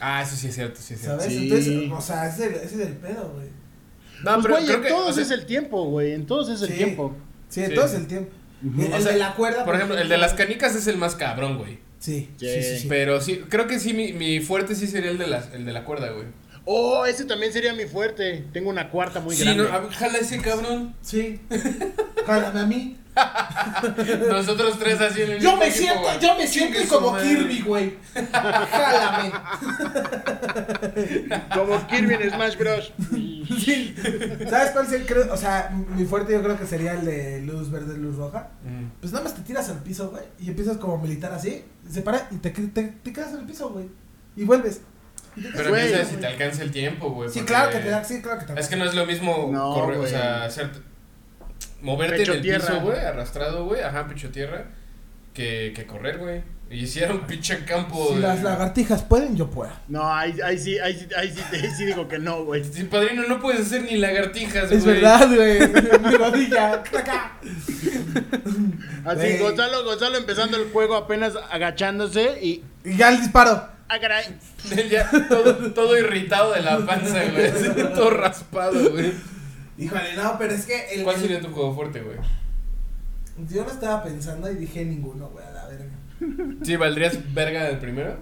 S1: Ah, eso sí es cierto, sí es cierto.
S2: ¿Sabes?
S3: Sí.
S2: Entonces, o sea, ese, ese es el pedo, güey.
S1: No,
S3: Pues,
S1: Ah, pero
S3: güey,
S1: creo
S3: en
S1: que,
S3: todos
S1: o sea,
S3: es el tiempo, güey, en todos es el
S2: Sí.
S3: tiempo.
S2: Sí,
S1: Sí.
S2: entonces el tiempo. El,
S1: O sea,
S2: de la cuerda. pues,
S1: Por ejemplo, el de las canicas es el más cabrón, güey.
S2: Sí,
S3: Sí.
S2: sí, sí. sí.
S1: Pero sí, creo que sí, mi, mi fuerte sí sería el de, las, el de la cuerda, güey.
S3: Oh, ese también sería mi fuerte. Tengo una cuarta muy
S1: sí,
S3: grande.
S1: no, a ver, jala ese cabrón.
S2: Sí. Jálame a mí.
S1: Nosotros tres así en el
S2: Yo
S1: mismo
S2: me
S1: equipo,
S2: siento,
S1: güey.
S2: yo me siento
S1: Chingue su
S2: como
S1: madre.
S2: Kirby, güey. Jálame.
S3: Como Kirby en Smash Bros.
S2: Sí. ¿Sabes cuál sería? creo- O sea, mi fuerte yo creo que sería el de luz verde, luz roja.
S1: Mm.
S2: Pues nada más te tiras al piso, güey. Y empiezas como militar así. Se para y te, te- te quedas en el piso, güey. Y vuelves. Y te quedas
S1: Pero
S2: en
S1: quién
S2: el
S3: Güey.
S1: sabe si
S2: piso,
S1: te
S2: güey.
S1: alcanza el tiempo, güey.
S2: Sí,
S1: porque-
S2: claro que te da, sí, claro Pues que te da.
S1: Es que no es lo mismo
S3: No,
S1: correr, o
S3: güey.
S1: sea, hacer moverte
S3: Pecho
S1: en el
S3: tierra.
S1: piso, güey, arrastrado, güey, ajá, pecho tierra, que, que correr, güey. Y hicieron pinche campo.
S2: Si
S1: de-
S2: las lagartijas pueden, yo puedo.
S3: No, ahí, ahí sí, ahí, sí- ahí sí, ahí sí digo que no, güey.
S1: Sí, padrino, no puedes hacer ni lagartijas, güey.
S2: Es verdad, güey. Mi rodilla. Taca.
S3: Así,
S2: Güey.
S3: Gonzalo, Gonzalo empezando el juego apenas agachándose y...
S2: Y ya el disparo.
S3: ¡Ah, caray!
S1: Ya todo, todo irritado de la panza, güey. así, todo raspado, güey.
S2: Híjole, no, pero es que el.
S1: ¿Cuál sería tu juego fuerte, güey?
S2: Yo lo estaba pensando y dije ninguno, güey, a la verga.
S1: Sí, ¿valdrías verga del primero?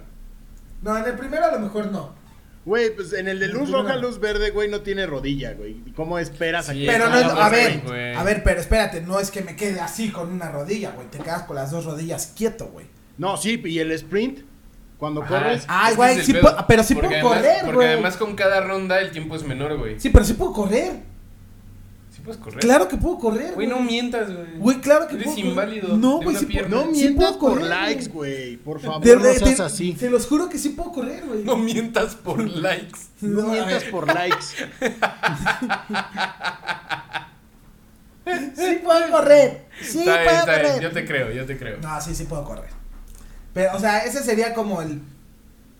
S2: No, en el primero a lo mejor no.
S3: Güey, pues en el de luz
S2: Ninguna.
S3: roja, luz verde, güey, no tiene rodilla, güey. ¿Y ¿Cómo esperas
S1: Sí,
S3: aquí?
S2: Pero
S1: Ah,
S2: no, es- a
S1: pues,
S2: ver,
S1: güey.
S2: a ver, pero espérate, no es que me quede así con una rodilla, güey. Te quedas con las dos rodillas quieto, güey.
S3: No, sí, y el sprint, cuando
S1: Ajá,
S3: corres...
S1: es-
S2: Ay,
S1: es que
S2: güey,
S1: es el
S2: sí
S1: pedo.
S2: puedo- pero sí
S1: Porque
S2: puedo
S1: además-
S2: correr,
S1: Porque
S2: güey.
S1: además con cada ronda el tiempo es menor, güey.
S2: Sí, pero sí puedo correr.
S1: Sí puedes correr.
S2: Claro que puedo correr.
S1: Pues, Güey, no mientas, güey.
S2: Güey, claro que
S1: Eres
S2: puedo correr.
S1: inválido
S2: No,
S1: de
S2: güey,
S1: una
S2: sí puedo-
S1: pierna.
S3: No
S2: Sí
S3: mientas
S2: puedo
S3: por
S2: correr,
S3: likes,
S2: güey.
S3: güey. Por favor,
S2: De-
S3: no
S2: de-
S3: seas
S2: de-
S3: así.
S2: Se los juro que sí puedo correr, güey.
S1: No mientas por likes.
S3: No
S2: a
S3: mientas
S2: ver,
S3: por likes.
S2: Sí puedo correr. Sí
S1: está bien,
S2: puedo
S1: está bien.
S2: correr.
S1: Yo te creo, yo te creo.
S2: No, sí, sí puedo correr. Pero, o sea, ese sería como el.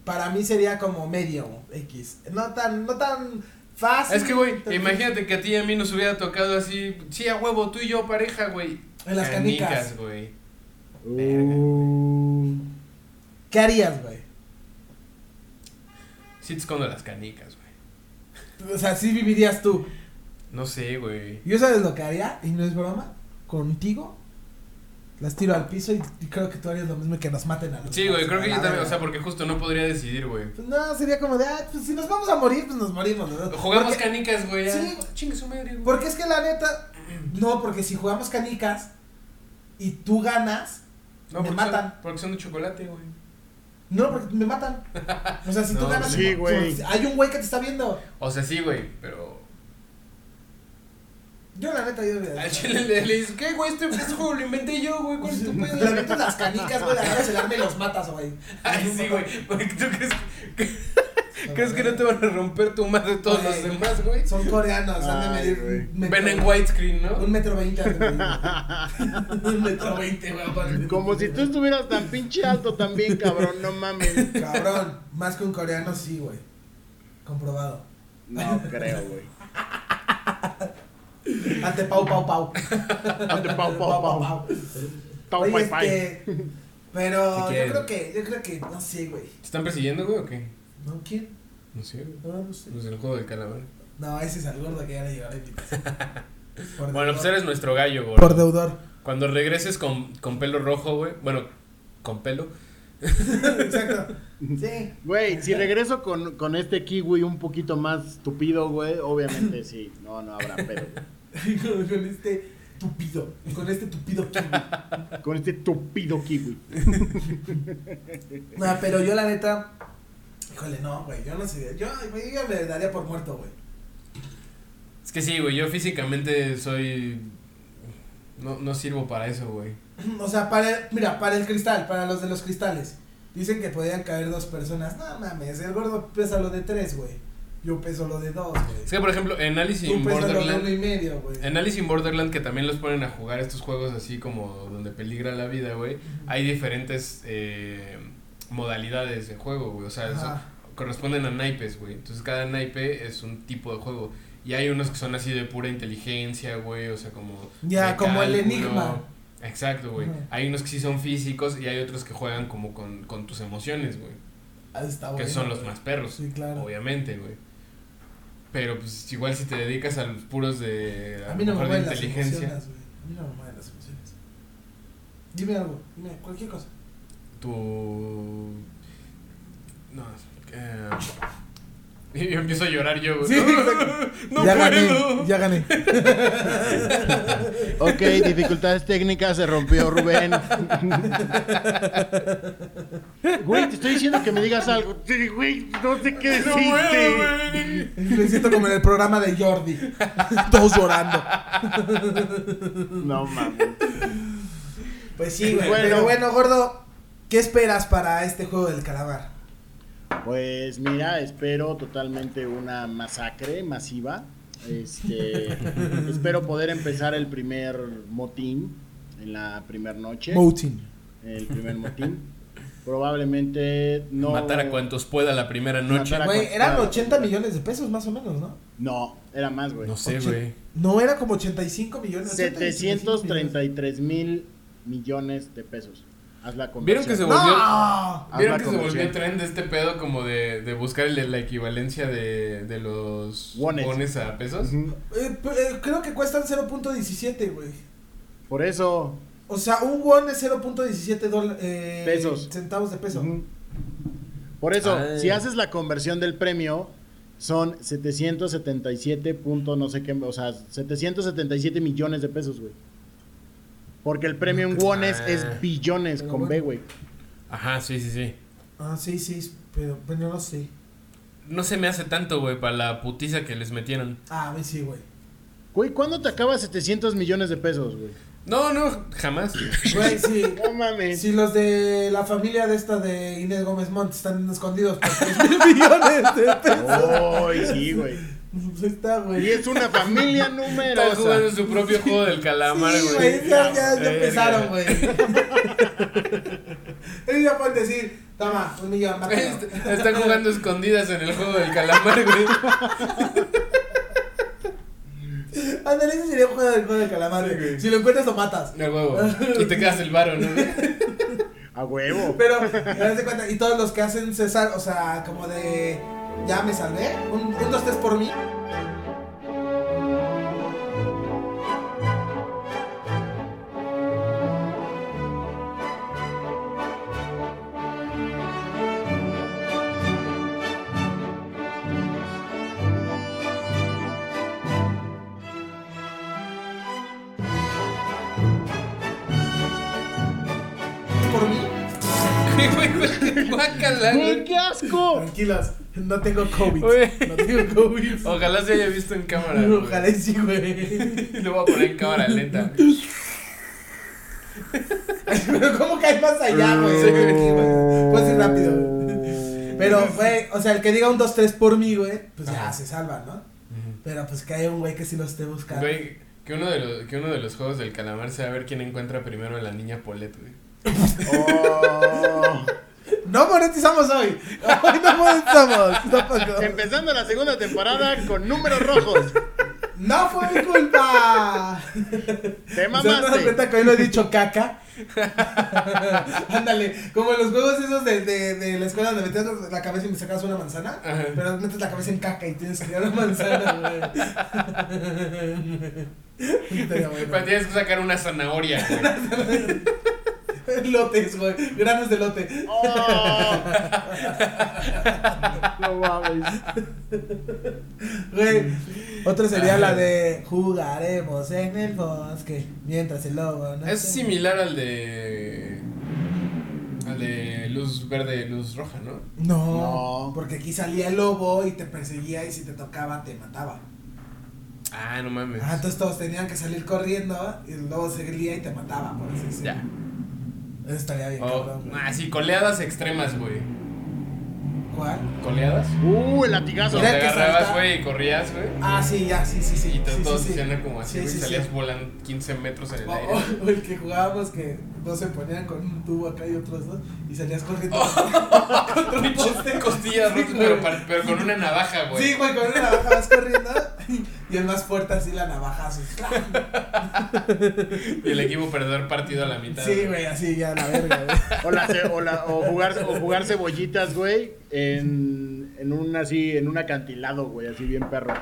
S2: Para mí sería como medio X. No tan, no tan fácil.
S1: Es que, güey,
S2: Tan-
S1: imagínate que a ti y a mí nos hubiera tocado así, sí, a huevo, tú y yo, pareja, güey.
S2: En las canicas.
S1: güey.
S3: Uh,
S2: ¿Qué harías, güey?
S1: Sí te escondo las canicas, güey.
S2: O sea, sí vivirías tú.
S1: No sé, güey.
S2: Yo sabes lo que haría, y no es broma, contigo. Las tiro al piso y, y creo que tú harías lo mismo y que nos maten a los
S1: Sí, güey, creo que
S2: a
S1: yo
S2: la
S1: también, o sea,
S2: verga.
S1: porque justo no podría decidir, güey.
S2: Pues no, sería como de, ah, pues si nos vamos a morir, pues nos morimos, ¿no?
S1: Jugamos
S2: Porque-
S1: canicas, güey. ya.
S2: Sí.
S1: chingue su madre, güey.
S2: Porque es que la neta, no, porque si jugamos canicas y tú ganas,
S1: No,
S2: me
S1: porque
S2: matan.
S1: Son, porque son de chocolate, güey.
S2: No, porque me matan. O sea, si tú
S1: No,
S2: ganas.
S1: sí,
S3: güey.
S2: Hay un güey que te está viendo.
S1: O sea, sí, güey, pero.
S2: Yo, la neta, yo. "Ah,
S1: Al chile le, le dices, ¿qué, güey? Este, este juego lo inventé yo, güey. ¿Cuál es tu pedo?
S2: Le metes las canicas, güey, le agarras el arma y los matas, güey.
S1: Ay, sí, güey. Porque ¿Tú crees que, crees que no te van a romper tu madre todos los
S2: Güey.
S1: demás, güey?
S2: Son coreanos, han de
S3: Ay, güey.
S2: medir. metro-
S1: Ven en widescreen, ¿no?
S2: Un metro veinte. han de medir. Un metro veinte, güey. aparte.
S3: como si tú estuvieras tan pinche alto también, cabrón. No mames.
S2: Cabrón, más que un coreano, sí, güey. Comprobado.
S3: No creo, güey.
S2: Ante Pau Pau Pau.
S3: Ante Pau, Pau, Pau. Pau,
S2: Oye,
S3: Pai, Pai.
S2: este, Pero
S1: ¿Qué
S2: yo
S1: quieres?
S2: creo que, yo creo que, no sé, güey.
S1: ¿Te están persiguiendo, güey, o qué?
S2: ¿No? ¿Quién?
S1: No sé, güey.
S2: No, no sé.
S1: Pues el juego del calamar.
S2: No, ese es el gordo que ya le llevaré mi casa. Por
S1: Bueno, pues
S2: deudor.
S1: eres nuestro gallo, güey.
S2: Por deudor.
S1: Cuando regreses con, con pelo rojo, güey. Bueno, con pelo.
S2: Exacto. Sí.
S3: Güey, si regreso con, con este kiwi un poquito más tupido, güey, obviamente sí. No, no habrá pedo. güey.
S2: con, con este tupido. Con este tupido kiwi.
S3: Con este tupido kiwi.
S2: No, pero yo la neta. Híjole, no, güey. Yo no sé. Yo, güey, yo me daría por muerto, güey.
S1: Es que sí, güey. Yo físicamente soy. No, no sirvo para eso, güey.
S2: O sea, para el, mira, para el cristal, para los de los cristales. Dicen que podían caer dos personas. No mames, el gordo pesa lo de tres, güey. Yo peso lo de dos,
S1: Es
S2: güey.
S1: que, por ejemplo, en Alice
S2: Tú
S1: in
S2: pesas lo de uno y
S1: Borderland.
S2: medio, güey.
S1: En Alice in Borderland, que también los ponen a jugar estos juegos así como donde peligra la vida, güey. Hay diferentes eh, modalidades de juego, güey. O sea, eso-
S2: Ajá.
S1: corresponden a naipes, güey. Entonces cada naipe es un tipo de juego. Y hay unos que son así de pura inteligencia, güey, o sea, como...
S2: Ya,
S1: de
S2: como el Enigma.
S1: Exacto, güey.
S2: Ajá.
S1: Hay unos que sí son físicos y hay otros que juegan como con, con tus emociones, güey.
S2: Ah, está
S1: que
S2: bueno,
S1: son los
S2: güey.
S1: más perros,
S2: Sí, claro.
S1: obviamente, güey. Pero pues igual si te dedicas a los puros de...
S2: A mí no
S1: lo
S2: me
S1: mejor de
S2: mueven las emociones, güey. A mí no me mueven las emociones. Dime algo, dime cualquier cosa.
S1: tu... No, eh... Y yo empiezo a llorar yo, güey.
S2: Sí, exacto.
S1: no
S2: ya
S1: puedo.
S2: gané, ya gané.
S3: Ok, dificultades técnicas, se rompió Rubén. Güey, te estoy diciendo que me digas algo. Sí, Güey, no sé qué
S1: No
S3: decirte.
S1: puedo, güey.
S2: Me siento como en el programa de Jordi. Todos llorando.
S3: No mames.
S2: Pues sí, güey.
S3: Bueno.
S2: Pero bueno, gordo, ¿qué esperas para este juego del calamar?
S3: Pues mira, espero totalmente una masacre masiva. Este, espero poder empezar el primer motín en la primera noche.
S2: Moutin.
S3: El primer motín. probablemente no.
S1: Matar a cuantos pueda la primera noche.
S3: Matar a-
S2: Güey, eran 80 millones de pesos más o menos, ¿no?
S3: No, era más, güey.
S1: No sé,
S2: Ocho-
S1: güey.
S2: No, era como 85 millones. 75 millones.
S3: 733 mil millones de pesos. Haz la conversión.
S1: ¿Vieron que se volvió?
S2: ¡No!
S3: Haz
S1: ¿Vieron
S3: la
S1: que se volvió
S3: conversión.
S1: tren de este pedo como de, de buscar el- la equivalencia de, de los
S3: Wones.
S1: wones a pesos?
S3: Ujú.
S2: Eh, p- eh, creo que cuestan 0.17, güey.
S3: Por eso.
S2: O sea, un won es 0.17 dola- eh,
S3: Pesos.
S2: centavos de peso.
S3: Ujú. Por eso,
S1: Ay.
S3: si haces la conversión del premio, son 777 punto no sé qué, o sea, 777 millones de pesos, güey. Porque el premio en wones
S1: Ah.
S3: es billones
S2: Pero
S3: con B,
S2: bueno.
S3: güey.
S1: Ajá, sí, sí, sí.
S2: Ah, sí, sí, pero, pero no sé.
S1: No se me hace tanto, güey, para la putiza que les metieron.
S2: Ah, güey, sí, güey.
S3: Güey, ¿cuándo te acabas 700 millones de pesos, güey?
S1: No, no, jamás.
S2: Güey, sí.
S3: No mames.
S2: Si los de la familia de esta de Inés Gómez Montt están escondidos pues, por 3 mil millones de
S3: Ay, sí, güey.
S2: pesos. pues, Está,
S3: Y
S2: güey.
S3: es una familia numerosa.
S1: Están jugando su propio juego del calamar,
S2: Sí,
S1: güey.
S2: güey, ya, ya, ya
S1: Eh,
S2: empezaron, güey. Ellos ya pueden decir, toma, un millón, mátalo.
S1: Est- Este, Están jugando escondidas en el juego del calamar, güey.
S2: Ándale, ese sería un juego del juego del calamar,
S1: Sí,
S2: güey.
S1: güey.
S2: Si lo encuentras, lo matas.
S1: A huevo. Y te quedas el varo, ¿no?
S3: A huevo.
S2: Pero, me das de cuenta, y todos los que hacen César, o sea, como de, ya me salvé, un, un, dos, tres por mí. Por mí.
S1: Guácala,
S3: Güey,
S1: güey.
S3: qué asco.
S2: Tranquilos, no tengo COVID.
S1: Oye.
S2: No tengo COVID.
S1: Ojalá se haya visto en cámara. güey.
S2: Ojalá y sí, güey.
S1: Lo voy a poner en cámara lenta.
S2: Pero ¿cómo caes más allá, güey?
S1: Sí,
S2: güey. Puedes ir rápido. Pero, güey, o sea, el que diga un 2-3 por mí, güey, pues ya
S1: Ajá.
S2: se salva, ¿no? Pero pues que haya un güey que sí lo esté buscando.
S1: Güey, que uno, de los, que uno de los juegos del calamar sea ver quién encuentra primero a la niña Paulette, güey.
S3: Oh.
S2: No monetizamos hoy. Hoy no monetizamos. No, pasó.
S3: Empezando la segunda temporada con números rojos.
S2: No fue mi culpa.
S3: Te
S2: ¿Se han dado
S3: mamaste.
S2: cuenta que hoy no he dicho caca? Ándale, como los juegos esos de, de, de la escuela donde metías la cabeza y me sacabas una manzana,
S1: Ajá.
S2: pero metes la cabeza en caca y tienes que dar una manzana, güey. Estaría
S1: Pero
S2: bueno.
S1: Pues, tienes que sacar una zanahoria, güey.
S2: Lotes, güey, granos de lote.
S3: Oh. No mames.
S2: Güey, otra sería la de jugaremos en el bosque mientras el lobo no
S1: Es
S2: se-
S1: similar al de. Al de luz verde, luz roja, ¿no?
S2: No,
S3: No.
S2: porque aquí salía el lobo y te perseguía y si te tocaba te mataba.
S1: Ah, no mames.
S2: Ah, entonces todos tenían que salir corriendo y el lobo seguía y te mataba, por así decirlo.
S1: Ya.
S2: Eso estaría bien,
S1: Oh,
S2: cabrón. güey.
S1: ah, sí, coleadas extremas, güey.
S2: ¿Cuál?
S1: ¿Coleadas?
S3: Uh, el latigazo.
S1: Donde
S2: Era que
S1: agarrabas,
S2: salta-
S1: güey, y corrías, güey.
S2: Ah, sí, ya, sí, sí, sí.
S1: Y
S2: sí,
S1: todos
S2: sí,
S1: todos
S2: sí.
S1: hacían como así,
S2: Sí,
S1: güey.
S2: sí,
S1: y salías
S2: sí. Oh,
S1: volando 15 metros en el
S2: O,
S1: aire.
S2: o- o el que jugábamos que dos se ponían con un tubo acá y otros dos y salías corriendo. contra un poste.
S1: Oh. Costillas
S2: Sí,
S1: rotas,
S2: güey.
S1: pero, pa- pero con una navaja, güey.
S2: Sí, güey, con una navaja vas corriendo y el más fuerte así la navaja así.
S1: Y el equipo perder partido a la mitad.
S2: Sí, güey, así ya la verga, güey.
S3: O, la ce- o la- o jugar, o jugar cebollitas, güey, en, en un así, en un acantilado, güey, así bien perro.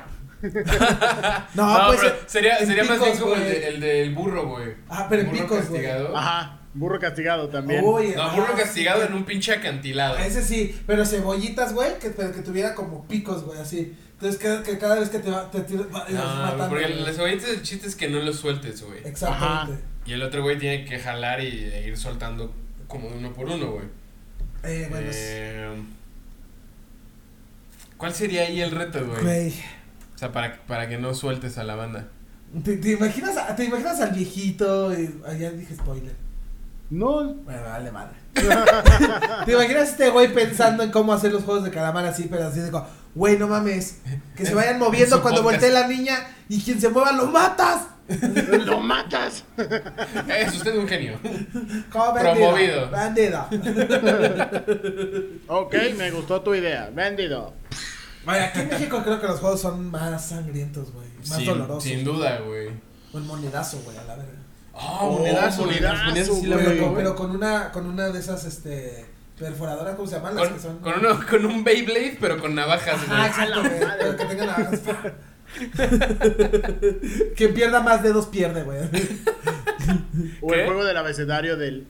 S2: No, pues.
S1: pero
S2: en-
S1: sería,
S2: en
S1: sería más bien
S2: picos,
S1: como el,
S2: güey.
S1: de- el del burro, güey.
S2: Ah, pero en
S1: burro
S2: picos, güey.
S1: castigado.
S3: Ajá, burro castigado también.
S2: Oye,
S1: No,
S2: ajá,
S1: burro
S2: sí,
S1: castigado
S2: güey. Ah,
S1: en un pinche acantilado.
S2: Ese sí, pero cebollitas, güey, que, pero que tuviera como picos, güey, así. Entonces, que, que cada vez que te va, te tira- va- vas
S1: No,
S2: matando,
S1: Ah, güey, porque
S2: güey.
S1: las cebollitas el chiste es que no los sueltes, güey.
S2: Exactamente.
S1: Y el otro güey tiene que jalar y e ir soltando como de uno por uno, güey.
S2: Eh, bueno, es-
S1: Eh, ¿Cuál sería ahí el reto, güey?
S2: güey.
S1: O sea, para, para que no sueltes a la banda.
S2: ¿Te, te imaginas, a- te imaginas al viejito? Y, ah, ya dije spoiler.
S3: No,
S2: Bueno, vale madre. ¿Te imaginas este güey pensando en cómo hacer los juegos de calamar así, pero así digo, güey, no mames, que se vayan
S1: En
S2: moviendo
S1: su
S2: cuando
S1: podcast.
S2: voltee la niña y quien se mueva lo matas?
S3: ¡Lo matas!
S1: Es Eh, usted un genio.
S2: Como vendido,
S1: Promovido.
S2: Vendido.
S3: Ok, me gustó tu idea. Vendido.
S2: Vaya, aquí en México creo que los juegos son más sangrientos, güey. Más
S1: sin,
S2: dolorosos.
S1: sin duda, güey.
S2: Un monedazo, güey, a la verga.
S1: Ah,
S3: Oh,
S1: monedazo, güey. Las
S3: monedazo,
S1: monedas sí la
S2: Pero,
S1: veo,
S2: con,
S1: güey.
S2: pero con una con una de esas este perforadoras, ¿cómo se llaman? Las que son.
S1: Con, con, uno- con un Beyblade, pero con navajas,
S2: Ah,
S1: güey.
S2: exacto,
S3: A la
S2: güey.
S3: madre.
S2: Pero que tenga navajas. Quien pierda más dedos pierde, güey.
S3: O
S1: ¿Qué?
S3: el juego del abecedario del.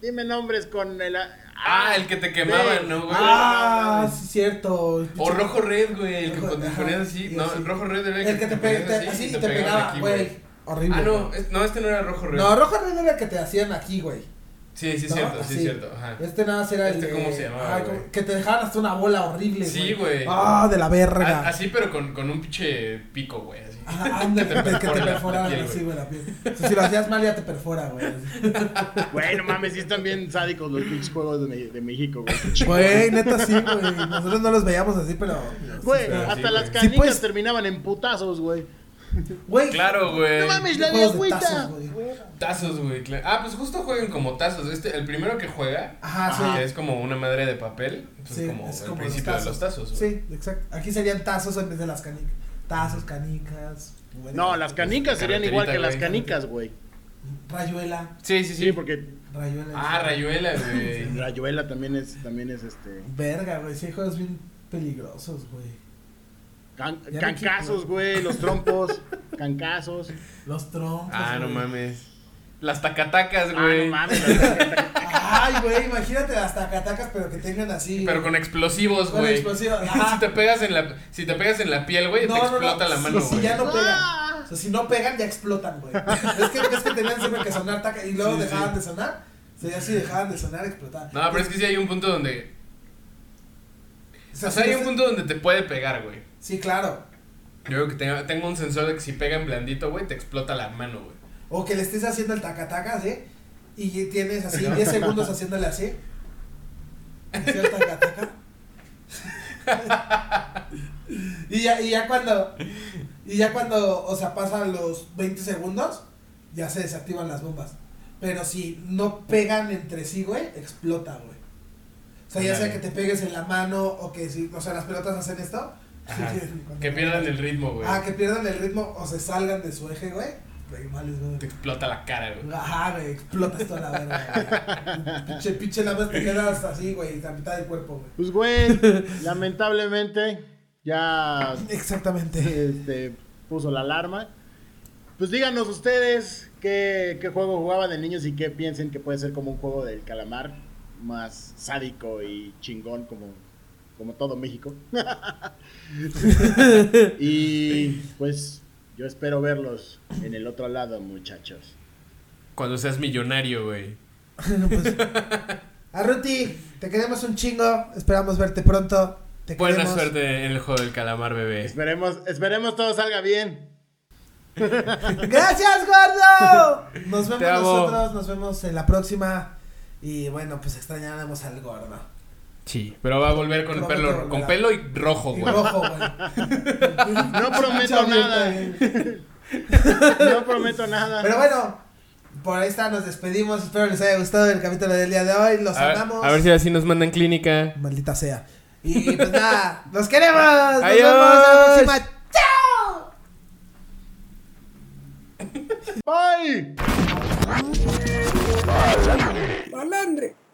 S3: Dime nombres con el. a-
S1: Ah, el que te quemaban, ¿no, güey?
S2: ah, sí, cierto.
S1: O rojo red, güey, el que
S2: Rojo-
S1: te
S2: ajá,
S1: ponías así.
S2: y
S1: No,
S2: así.
S1: el rojo red era
S2: El que te, pe-
S1: ponías
S2: te- así y te
S1: pegaban
S2: pegaba,
S1: aquí,
S2: güey. Horrible.
S1: Ah, no,
S2: güey.
S1: es- no, este no era rojo red.
S2: No, rojo red era el que te hacían aquí, güey.
S1: Sí, sí, es
S2: ¿no?
S1: cierto, sí,
S2: Así.
S1: es cierto. Ajá.
S2: Este nada más era
S1: Este,
S2: el. de-
S1: ¿cómo se llamaba,
S2: Ajá,
S1: güey?
S2: como- que te dejaban hasta una bola horrible, güey.
S1: Sí, güey.
S2: Ah, de la verga.
S1: A- así, pero con, con un pinche pico, güey. Así.
S2: Ajá, ándale, que te, que te
S1: perfora la- la
S2: perforaban
S1: piel,
S2: así,
S1: güey.
S2: güey, la piel. O sea, si lo hacías mal, ya te perfora, güey.
S3: Ah, Güey, no mames, sí están bien sádicos los pinches juegos de, Me- de México, güey.
S2: Güey, neta sí, güey. Nosotros no los veíamos así, pero.
S3: Güey,
S1: pero
S3: hasta
S1: sí,
S3: las
S1: güey.
S3: canicas
S2: Sí, pues.
S3: terminaban en putazos, güey.
S2: Güey,
S1: Claro, güey.
S3: No mames, la de
S2: Juegos de
S3: agüita.
S2: tazos, güey.
S1: Tazos, güey. cla- Ah, pues justo juegan como tazos. Este, el primero que juega,
S2: Ajá, sí.
S1: que es como una madre de papel, pues
S2: Sí,
S1: como
S2: es
S1: el
S2: como
S1: principio
S2: los
S1: de los tazos. güey.
S2: Sí, exacto. Aquí serían tazos en vez de las canicas. Tazos, canicas. güey.
S3: No, las canicas serían
S1: Pues, Carreterita,
S3: igual que las
S1: güey.
S3: canicas, güey.
S2: Rayuela.
S1: Sí, sí,
S3: Sí, porque
S2: Rayuela.
S1: Ah, rayuela, güey.
S3: Rayuela también es, también es este.
S2: Verga, güey. Sí, hay juegos bien peligrosos, güey.
S3: can-
S2: Ya no
S3: cancazos,
S2: existe.
S3: güey, los trompos, cancazos.
S2: Los troncos.
S1: Ah, no
S2: güey.
S1: mames. Las tacatacas,
S3: Ah, no
S1: güey.
S3: mames, las
S2: Ay, güey, imagínate las tacatacas, pero que tengan así.
S1: pero con explosivos,
S2: Con
S1: güey.
S2: explosivos, ajá.
S1: Si te pegas en la si te pegas en la piel, güey, te explota la mano,
S2: si,
S1: güey.
S2: si ya no pegan.
S3: Ah.
S2: O sea, si no pegan, ya explotan, güey. es, que, es que tenían siempre que sonar taca y luego
S1: Sí,
S2: dejaban
S1: sí.
S2: de sonar. O sea, ya si dejaban de sonar, explotaban.
S1: No, pero es que sí hay un punto donde
S2: O
S1: o
S2: sea,
S1: sea,
S2: sí,
S1: hay un punto donde te puede pegar, güey.
S2: Sí, claro.
S1: Yo creo que tengo, tengo un sensor de que si pega en blandito, güey, te explota la mano, güey.
S2: O que le estés haciendo el tacataca, ¿sí? Y tienes así 10 segundos haciéndole así. Así el tacataca. y, ya, y ya cuando. Y ya cuando, o sea, pasan los 20 segundos, ya se desactivan las bombas. Pero si no pegan entre sí, güey, explota, güey. O sea, ya sea que te pegues en la mano o que si, o sea, las pelotas hacen esto.
S1: Ajá.
S2: sí, cuando-
S1: Que pierdan el ritmo, güey.
S2: Ah, que pierdan el ritmo o se salgan de su eje, güey. Güey, males, güey.
S1: Te explota la cara, güey.
S2: Ajá, güey, explotas toda la verga, güey. Pinche, pinche, nada más te quedas así, güey, la mitad del cuerpo, güey.
S3: Pues, güey, lamentablemente ya
S2: Exactamente.
S3: este, puso la alarma. Pues díganos ustedes qué, qué juego jugaban de niños y qué piensen que puede ser como un juego del calamar más sádico y chingón como, como todo México. y pues yo espero verlos en el otro lado, muchachos.
S1: Cuando seas millonario, güey.
S2: Arruti, Ah, te queremos un chingo. Esperamos verte pronto. Te
S1: Buena
S2: queremos.
S1: suerte en el juego del calamar, bebé.
S3: Esperemos, esperemos todo salga bien.
S2: ¡Gracias, gordo! Nos vemos
S1: Te amo.
S2: nosotros, nos vemos en la próxima. Y bueno, pues extrañaremos al gordo.
S1: Sí, pero va a volver con el
S2: Prometo
S1: pelo con
S2: volverá.
S1: pelo y rojo,
S2: Y
S1: güey.
S2: rojo, güey.
S3: No prometo
S2: Chao,
S3: nada.
S2: bien,
S3: No prometo nada.
S2: eh. Pero bueno, por ahí está, nos despedimos. Espero les haya gustado el capítulo del día de hoy. Los
S1: A ver,
S2: amamos.
S1: a ver si así nos mandan clínica.
S2: Maldita sea. Y pues nada, los queremos. Nos
S1: Adiós.
S2: vemos la próxima. ¡Chao!
S3: Bye.
S6: ¡Malandre!